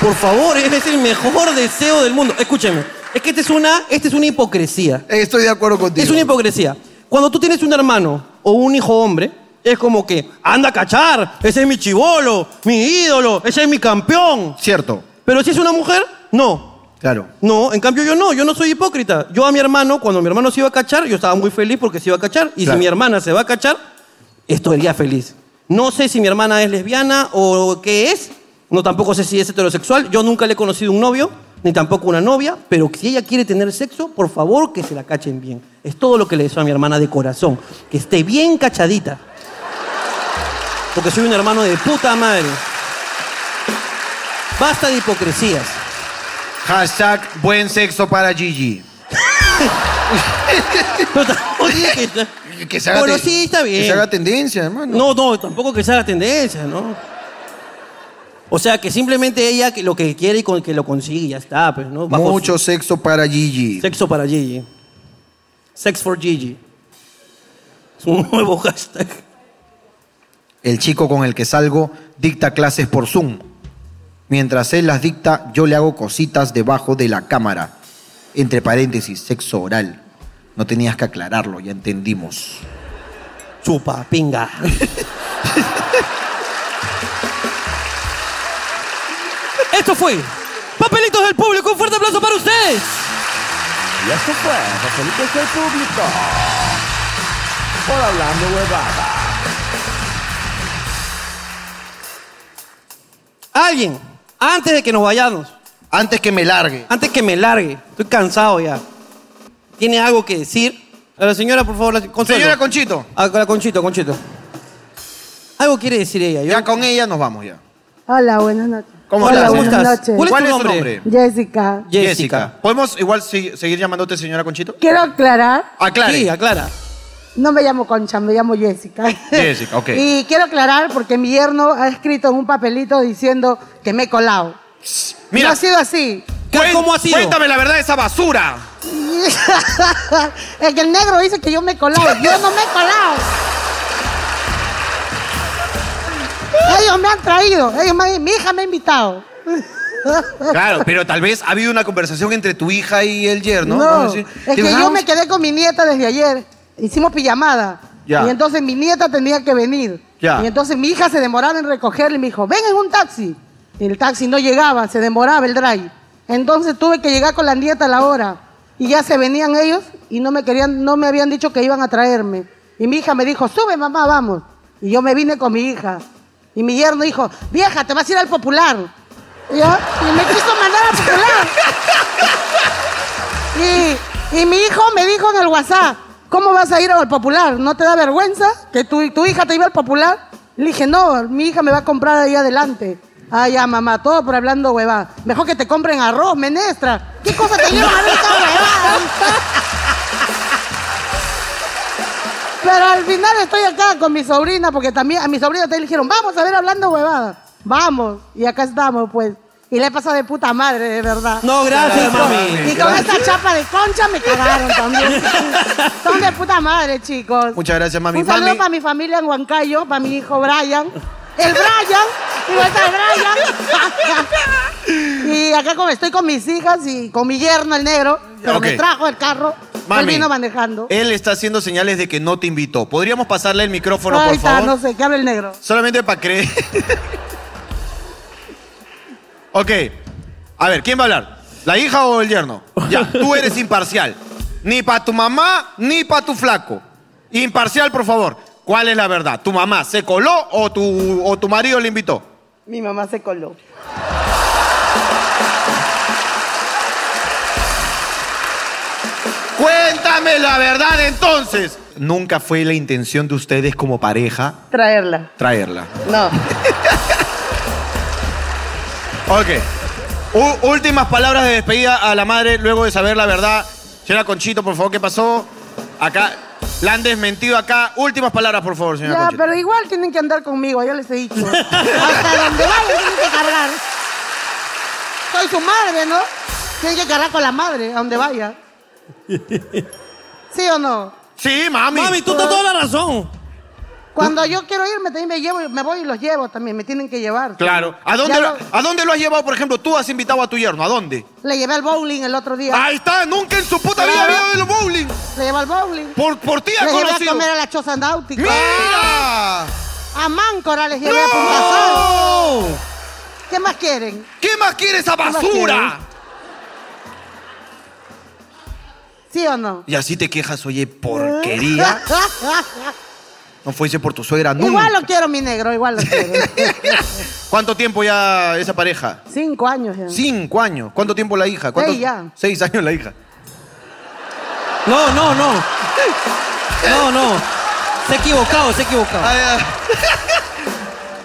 Speaker 1: Por favor, ese es el mejor deseo del mundo. Escúcheme, es que esta es una, esta es una hipocresía.
Speaker 2: Estoy de acuerdo contigo.
Speaker 1: Es una hipocresía. Cuando tú tienes un hermano o un hijo hombre, es como que, anda a cachar, ese es mi chivolo, mi ídolo, ese es mi campeón.
Speaker 2: Cierto.
Speaker 1: Pero si es una mujer, no.
Speaker 2: Claro.
Speaker 1: No, en cambio yo no, yo no soy hipócrita. Yo a mi hermano, cuando mi hermano se iba a cachar, yo estaba muy feliz porque se iba a cachar. Y
Speaker 2: Claro.
Speaker 1: si mi hermana se va a cachar, estaría feliz. No sé si mi hermana es lesbiana o qué es. No, tampoco sé si es heterosexual. Yo nunca le he conocido un novio, ni tampoco una novia. Pero si ella quiere tener sexo, por favor que se la cachen bien. Es todo lo que le deseo a mi hermana de corazón. Que esté bien cachadita. Porque soy un hermano de puta madre. Basta de hipocresías.
Speaker 2: Hashtag buen sexo para Gigi.
Speaker 1: Oye,
Speaker 2: Que se haga
Speaker 1: bueno,
Speaker 2: ten-
Speaker 1: sí, está bien.
Speaker 2: que se haga tendencia, hermano.
Speaker 1: No, no, tampoco que se haga tendencia, ¿no? O sea, que simplemente ella que lo que quiere y con que lo consigue, ya está, pues, ¿no? Bajo
Speaker 2: Mucho sexo para Gigi.
Speaker 1: Sexo para Gigi. Sex for Gigi. Es un nuevo hashtag.
Speaker 2: El chico con el que salgo dicta clases por Zoom. Mientras él las dicta, yo le hago cositas debajo de la cámara. Entre paréntesis, sexo oral. No tenías que aclararlo, ya entendimos.
Speaker 1: Chupa, pinga. Esto fue Papelitos del Público. Un fuerte aplauso para ustedes.
Speaker 9: Y esto fue Papelitos del Público. Por hablando huevada.
Speaker 1: Alguien, antes de que nos vayamos.
Speaker 2: Antes que me largue.
Speaker 1: Antes que me largue. Estoy cansado ya. ¿Tiene algo que decir? A la señora, por favor. La, Consuelo.
Speaker 2: Señora Conchito.
Speaker 1: A la Conchito, Conchito. Algo quiere decir ella.
Speaker 2: Ya con ella nos vamos ya.
Speaker 5: Hola, buenas noches.
Speaker 2: ¿Cómo
Speaker 5: Hola,
Speaker 2: estás?
Speaker 5: buenas
Speaker 2: ¿Cómo estás?
Speaker 5: noches.
Speaker 2: ¿Cuál es ¿Cuál tu es tu nombre? nombre?
Speaker 5: Jessica.
Speaker 2: Jessica. ¿Podemos igual si- seguir llamándote señora Conchito?
Speaker 5: Quiero aclarar,
Speaker 2: Aclara.
Speaker 5: Sí,
Speaker 1: aclara.
Speaker 5: no me llamo Concha, me llamo Jessica.
Speaker 2: Jessica, ok.
Speaker 5: Y quiero aclarar porque mi yerno ha escrito en un papelito diciendo que me he colado.
Speaker 2: Mira.
Speaker 5: no ha sido así.
Speaker 2: Cuen- Cuéntame la verdad de esa basura.
Speaker 5: es que el negro dice que yo me he colado. Yo no me he colado. Ellos me han traído. Ellos me han- mi hija me ha invitado.
Speaker 2: Claro, pero tal vez ha habido una conversación entre tu hija y el yerno.
Speaker 5: No,
Speaker 2: Vamos a decir,
Speaker 5: es que
Speaker 2: digo, "Ah,
Speaker 5: yo
Speaker 2: vamos-
Speaker 5: me quedé con mi nieta desde ayer. Hicimos pijamada.
Speaker 2: Ya.
Speaker 5: Y entonces mi nieta tenía que venir.
Speaker 2: Ya.
Speaker 5: Y entonces mi hija se demoraba en recogerle y me dijo, ven en un taxi. Y el taxi no llegaba, se demoraba el drive. Entonces tuve que llegar con la nieta a la hora. Y ya se venían ellos y no me querían, no me habían dicho que iban a traerme. Y mi hija me dijo, sube mamá, vamos. Y yo me vine con mi hija. Y mi yerno dijo, vieja, te vas a ir al popular. ¿Ya? Y me quiso mandar al popular. Y, y mi hijo me dijo en el WhatsApp, ¿cómo vas a ir al popular? ¿No te da vergüenza que tu, tu hija te iba al popular? Le dije, no, mi hija me va a comprar ahí adelante. Ay, ya, mamá, todo por hablando huevá. Mejor que te compren arroz, menestra. ¿Qué cosa te llevan a ver esta huevada? Pero al final estoy acá con mi sobrina, porque también a mi sobrina también le dijeron, vamos a ver hablando huevada. Vamos. Y acá estamos, pues. Y le he pasado de puta madre, de verdad.
Speaker 1: No, gracias, mami.
Speaker 5: Y con
Speaker 1: Gracias.
Speaker 5: esta chapa de concha me cagaron también. Son de puta madre, chicos.
Speaker 2: Muchas gracias, mami.
Speaker 5: Un saludo
Speaker 2: Mami,
Speaker 5: para mi familia en Huancayo, para mi hijo Brian. El Brian. Y va a estar Brian. y acá con- estoy con mis hijas y con mi yerno, el negro. Pero
Speaker 2: Ok.
Speaker 5: me trajo el carro.
Speaker 2: Mami.
Speaker 5: Él vino manejando.
Speaker 2: él está haciendo señales de que no te invitó. ¿Podríamos pasarle el micrófono,
Speaker 5: Ahí
Speaker 2: por
Speaker 5: está,
Speaker 2: favor?
Speaker 5: no sé, que hable el negro.
Speaker 2: Solamente para creer. ok. A ver, ¿quién va a hablar? ¿La hija o el yerno? Ya, tú eres imparcial. Ni para tu mamá, ni para tu flaco. Imparcial, por favor. ¿Cuál es la verdad? ¿Tu mamá se coló o tu, o tu marido le invitó?
Speaker 5: Mi mamá se coló.
Speaker 2: Cuéntame la verdad entonces. Nunca fue la intención de ustedes como pareja
Speaker 5: Traerla.
Speaker 2: traerla.
Speaker 5: No.
Speaker 2: Ok. U- últimas palabras de despedida a la madre luego de saber la verdad. Señora Conchito, por favor, ¿qué pasó? Acá, la han desmentido acá. Últimas palabras, por favor, señora
Speaker 5: Ya,
Speaker 2: Conchito.
Speaker 5: pero igual tienen que andar conmigo, ya les he dicho. Hasta donde vayan tienen que cargar. Soy su madre, ¿no? Tienen que cargar con la madre, a donde vaya. ¿Sí o no?
Speaker 2: Sí, mami.
Speaker 1: Mami, tú tienes toda la razón.
Speaker 5: Cuando yo quiero irme, también me llevo, y me voy y los llevo también, me tienen que llevar.
Speaker 2: Claro. ¿A dónde,
Speaker 5: Ya
Speaker 2: lo,
Speaker 5: lo-
Speaker 2: ¿A dónde lo has llevado, por ejemplo? Tú has invitado a tu yerno. ¿A dónde?
Speaker 5: Le llevé al bowling el otro día.
Speaker 2: Ahí está, nunca en su puta vida
Speaker 5: Claro.
Speaker 2: había ido al bowling.
Speaker 5: Le llevé al bowling.
Speaker 2: Por, por ti ha
Speaker 5: Le llevé a
Speaker 2: conocido.
Speaker 5: comer a la choza náutica. Ah.
Speaker 2: ¡Mira!
Speaker 5: A Máncora les llevé a Punta
Speaker 2: Sal.
Speaker 5: ¿Qué más quieren?
Speaker 2: ¿Qué más quiere esa
Speaker 5: ¿Qué más
Speaker 2: basura?
Speaker 5: ¿Sí o no?
Speaker 2: Y así te quejas,
Speaker 5: ¿Eh?
Speaker 2: oye, porquería. No fuese por tu suegra nunca.
Speaker 5: igual lo quiero, mi negro, igual lo quiero.
Speaker 2: ¿Cuánto tiempo ya esa pareja?
Speaker 5: Cinco años ya.
Speaker 2: Cinco años. ¿Cuánto tiempo la hija? ¿Cuántos-
Speaker 5: Seis ya.
Speaker 2: Seis años la hija.
Speaker 1: No, no, no. No, no. Se ha equivocado, se ha equivocado.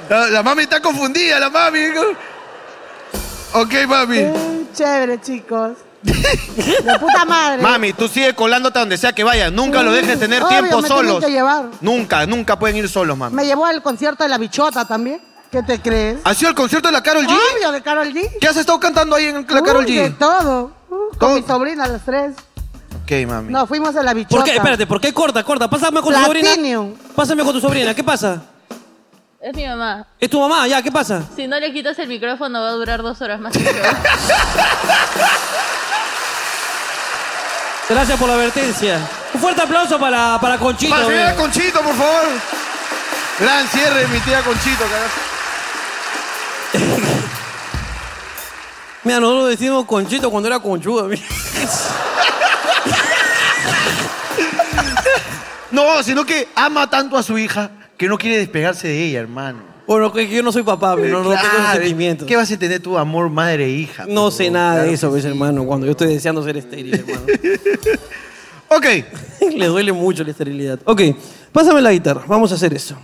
Speaker 20: La, la mami está confundida, la mami. Ok, mami.
Speaker 5: Eh, Chévere, chicos. La puta madre.
Speaker 2: Mami, tú sigue colándote a donde sea que vayas. Nunca lo dejes tener
Speaker 5: Obvio,
Speaker 2: tiempo
Speaker 5: me
Speaker 2: solos.
Speaker 5: tienen que llevar.
Speaker 2: Nunca, nunca pueden ir solos, mami.
Speaker 5: Me llevó al concierto de la bichota también. ¿Qué te crees?
Speaker 2: ¿Has ido al concierto de la Carol G?
Speaker 5: Obvio, de Carol G.
Speaker 2: ¿Qué has estado cantando ahí en la
Speaker 5: Uy,
Speaker 2: Carol
Speaker 5: De
Speaker 2: G?
Speaker 5: todo. Uh, Con mi sobrina, las tres.
Speaker 2: Ok, mami.
Speaker 5: Nos fuimos a la bichota.
Speaker 1: ¿Por qué? Espérate, ¿por qué corta, corta? Pásame con tu sobrina.
Speaker 5: Platinum.
Speaker 1: Pásame con tu sobrina, ¿qué pasa?
Speaker 22: Es mi mamá.
Speaker 1: Es tu mamá, ya, ¿qué pasa?
Speaker 22: Si no le quitas el micrófono va a durar dos horas más. que yo.
Speaker 1: Gracias por la advertencia. Un fuerte aplauso para, para Conchito. eh.
Speaker 20: Para señora
Speaker 1: mira.
Speaker 20: Conchito, por favor. Gran cierre, mi tía Conchito, carajo.
Speaker 1: Mira, nosotros decimos Conchito cuando era conchuda. mira.
Speaker 2: No, sino que ama tanto a su hija que no quiere despegarse de ella, hermano.
Speaker 1: Bueno, que yo no soy papá, pero no, no tengo
Speaker 2: Claro,
Speaker 1: esos sentimientos.
Speaker 2: ¿Qué vas a tener tu amor madre e hija?
Speaker 1: No sé nada de eso, ves, hermano, cuando yo estoy deseando ser estéril, hermano.
Speaker 2: ok.
Speaker 1: Le duele mucho la esterilidad. Ok, pásame la guitarra, vamos a hacer eso.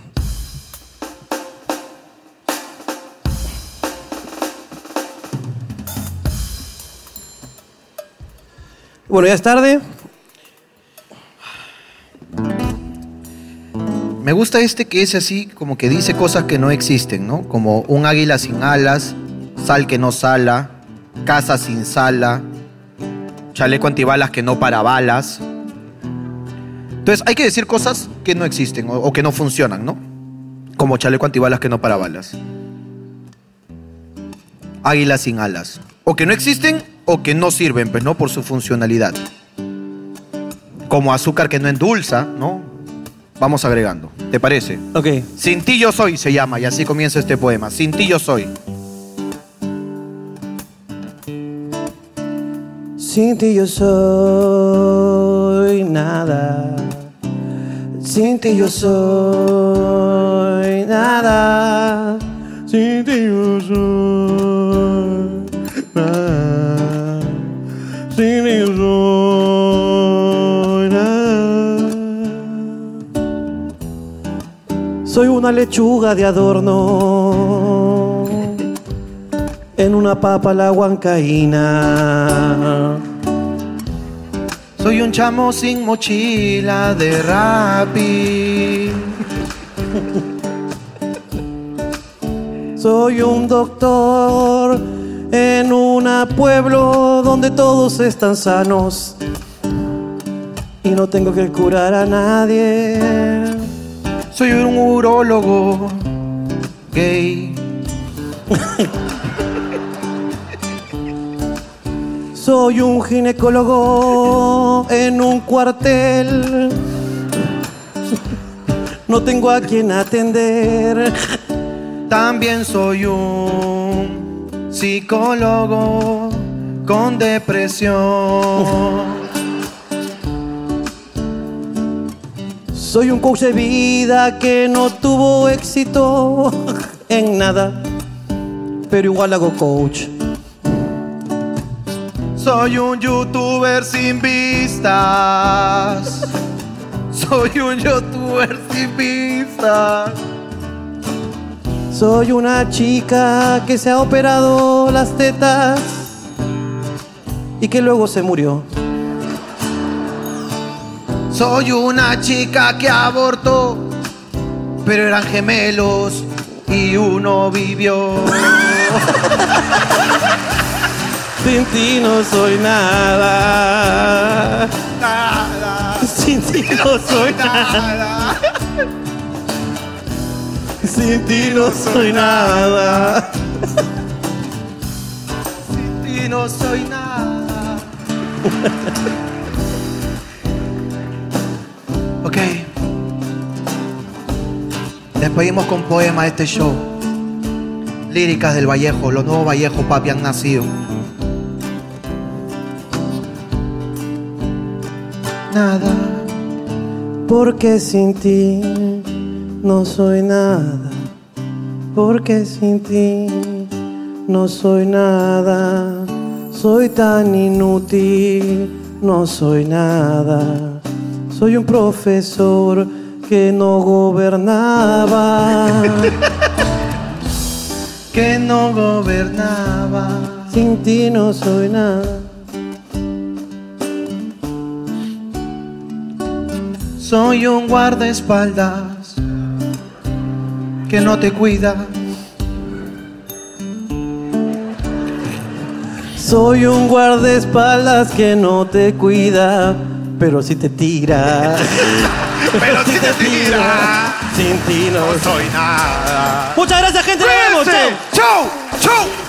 Speaker 1: Bueno, ya es tarde.
Speaker 2: Me gusta este que es así, como que dice cosas que no existen, ¿no? Como un águila sin alas, sal que no sala, casa sin sala, chaleco antibalas que no para balas. Entonces, hay que decir cosas que no existen o, o que no funcionan, ¿no? Como chaleco antibalas que no para balas. Águilas sin alas. O que no existen o que no sirven, pues, ¿no? Por su funcionalidad. Como azúcar que no endulza, ¿no? Vamos agregando. ¿Te parece?
Speaker 1: Ok.
Speaker 2: Sin ti yo soy se llama y así comienza este poema. Sin ti yo soy.
Speaker 1: Sin ti yo soy nada. Sin ti yo soy nada. Sin ti yo soy nada. Sin ti yo soy nada. Soy una lechuga de adorno en una papa la huancaína.
Speaker 2: Soy un chamo sin mochila de rapi.
Speaker 1: Soy un doctor en un pueblo donde todos están sanos y no tengo que curar a nadie.
Speaker 2: Soy un urólogo gay.
Speaker 1: Soy un ginecólogo en un cuartel. No tengo a quien atender.
Speaker 2: También soy un psicólogo con depresión.
Speaker 1: Soy un coach de vida que no tuvo éxito en nada, pero igual hago coach.
Speaker 2: Soy un youtuber sin vistas. Soy un youtuber sin vistas.
Speaker 1: Soy una chica que se ha operado las tetas y que luego se murió.
Speaker 2: Soy una chica que abortó, pero eran gemelos y uno vivió.
Speaker 1: Sin ti no soy nada. Sin ti no soy nada. Sin ti no soy nada.
Speaker 2: Sin ti no soy nada. Ok. Despedimos con poema este show. Líricas del Vallejo, los nuevos Vallejos, papi, han nacido.
Speaker 1: Nada. Porque sin ti no soy nada. Porque sin ti no soy nada. Soy tan inútil, no soy nada. Soy un profesor que no gobernaba.
Speaker 2: que no gobernaba.
Speaker 1: Sin ti no soy nada.
Speaker 2: Soy un guardaespaldas que no te cuida.
Speaker 1: Soy un guardaespaldas que no te cuida, pero si te tira.
Speaker 20: Pero si te tira,
Speaker 1: sin ti no
Speaker 20: soy nada.
Speaker 1: Muchas gracias, gente. Nos vemos.
Speaker 20: Cuídense.
Speaker 1: Chau, chau.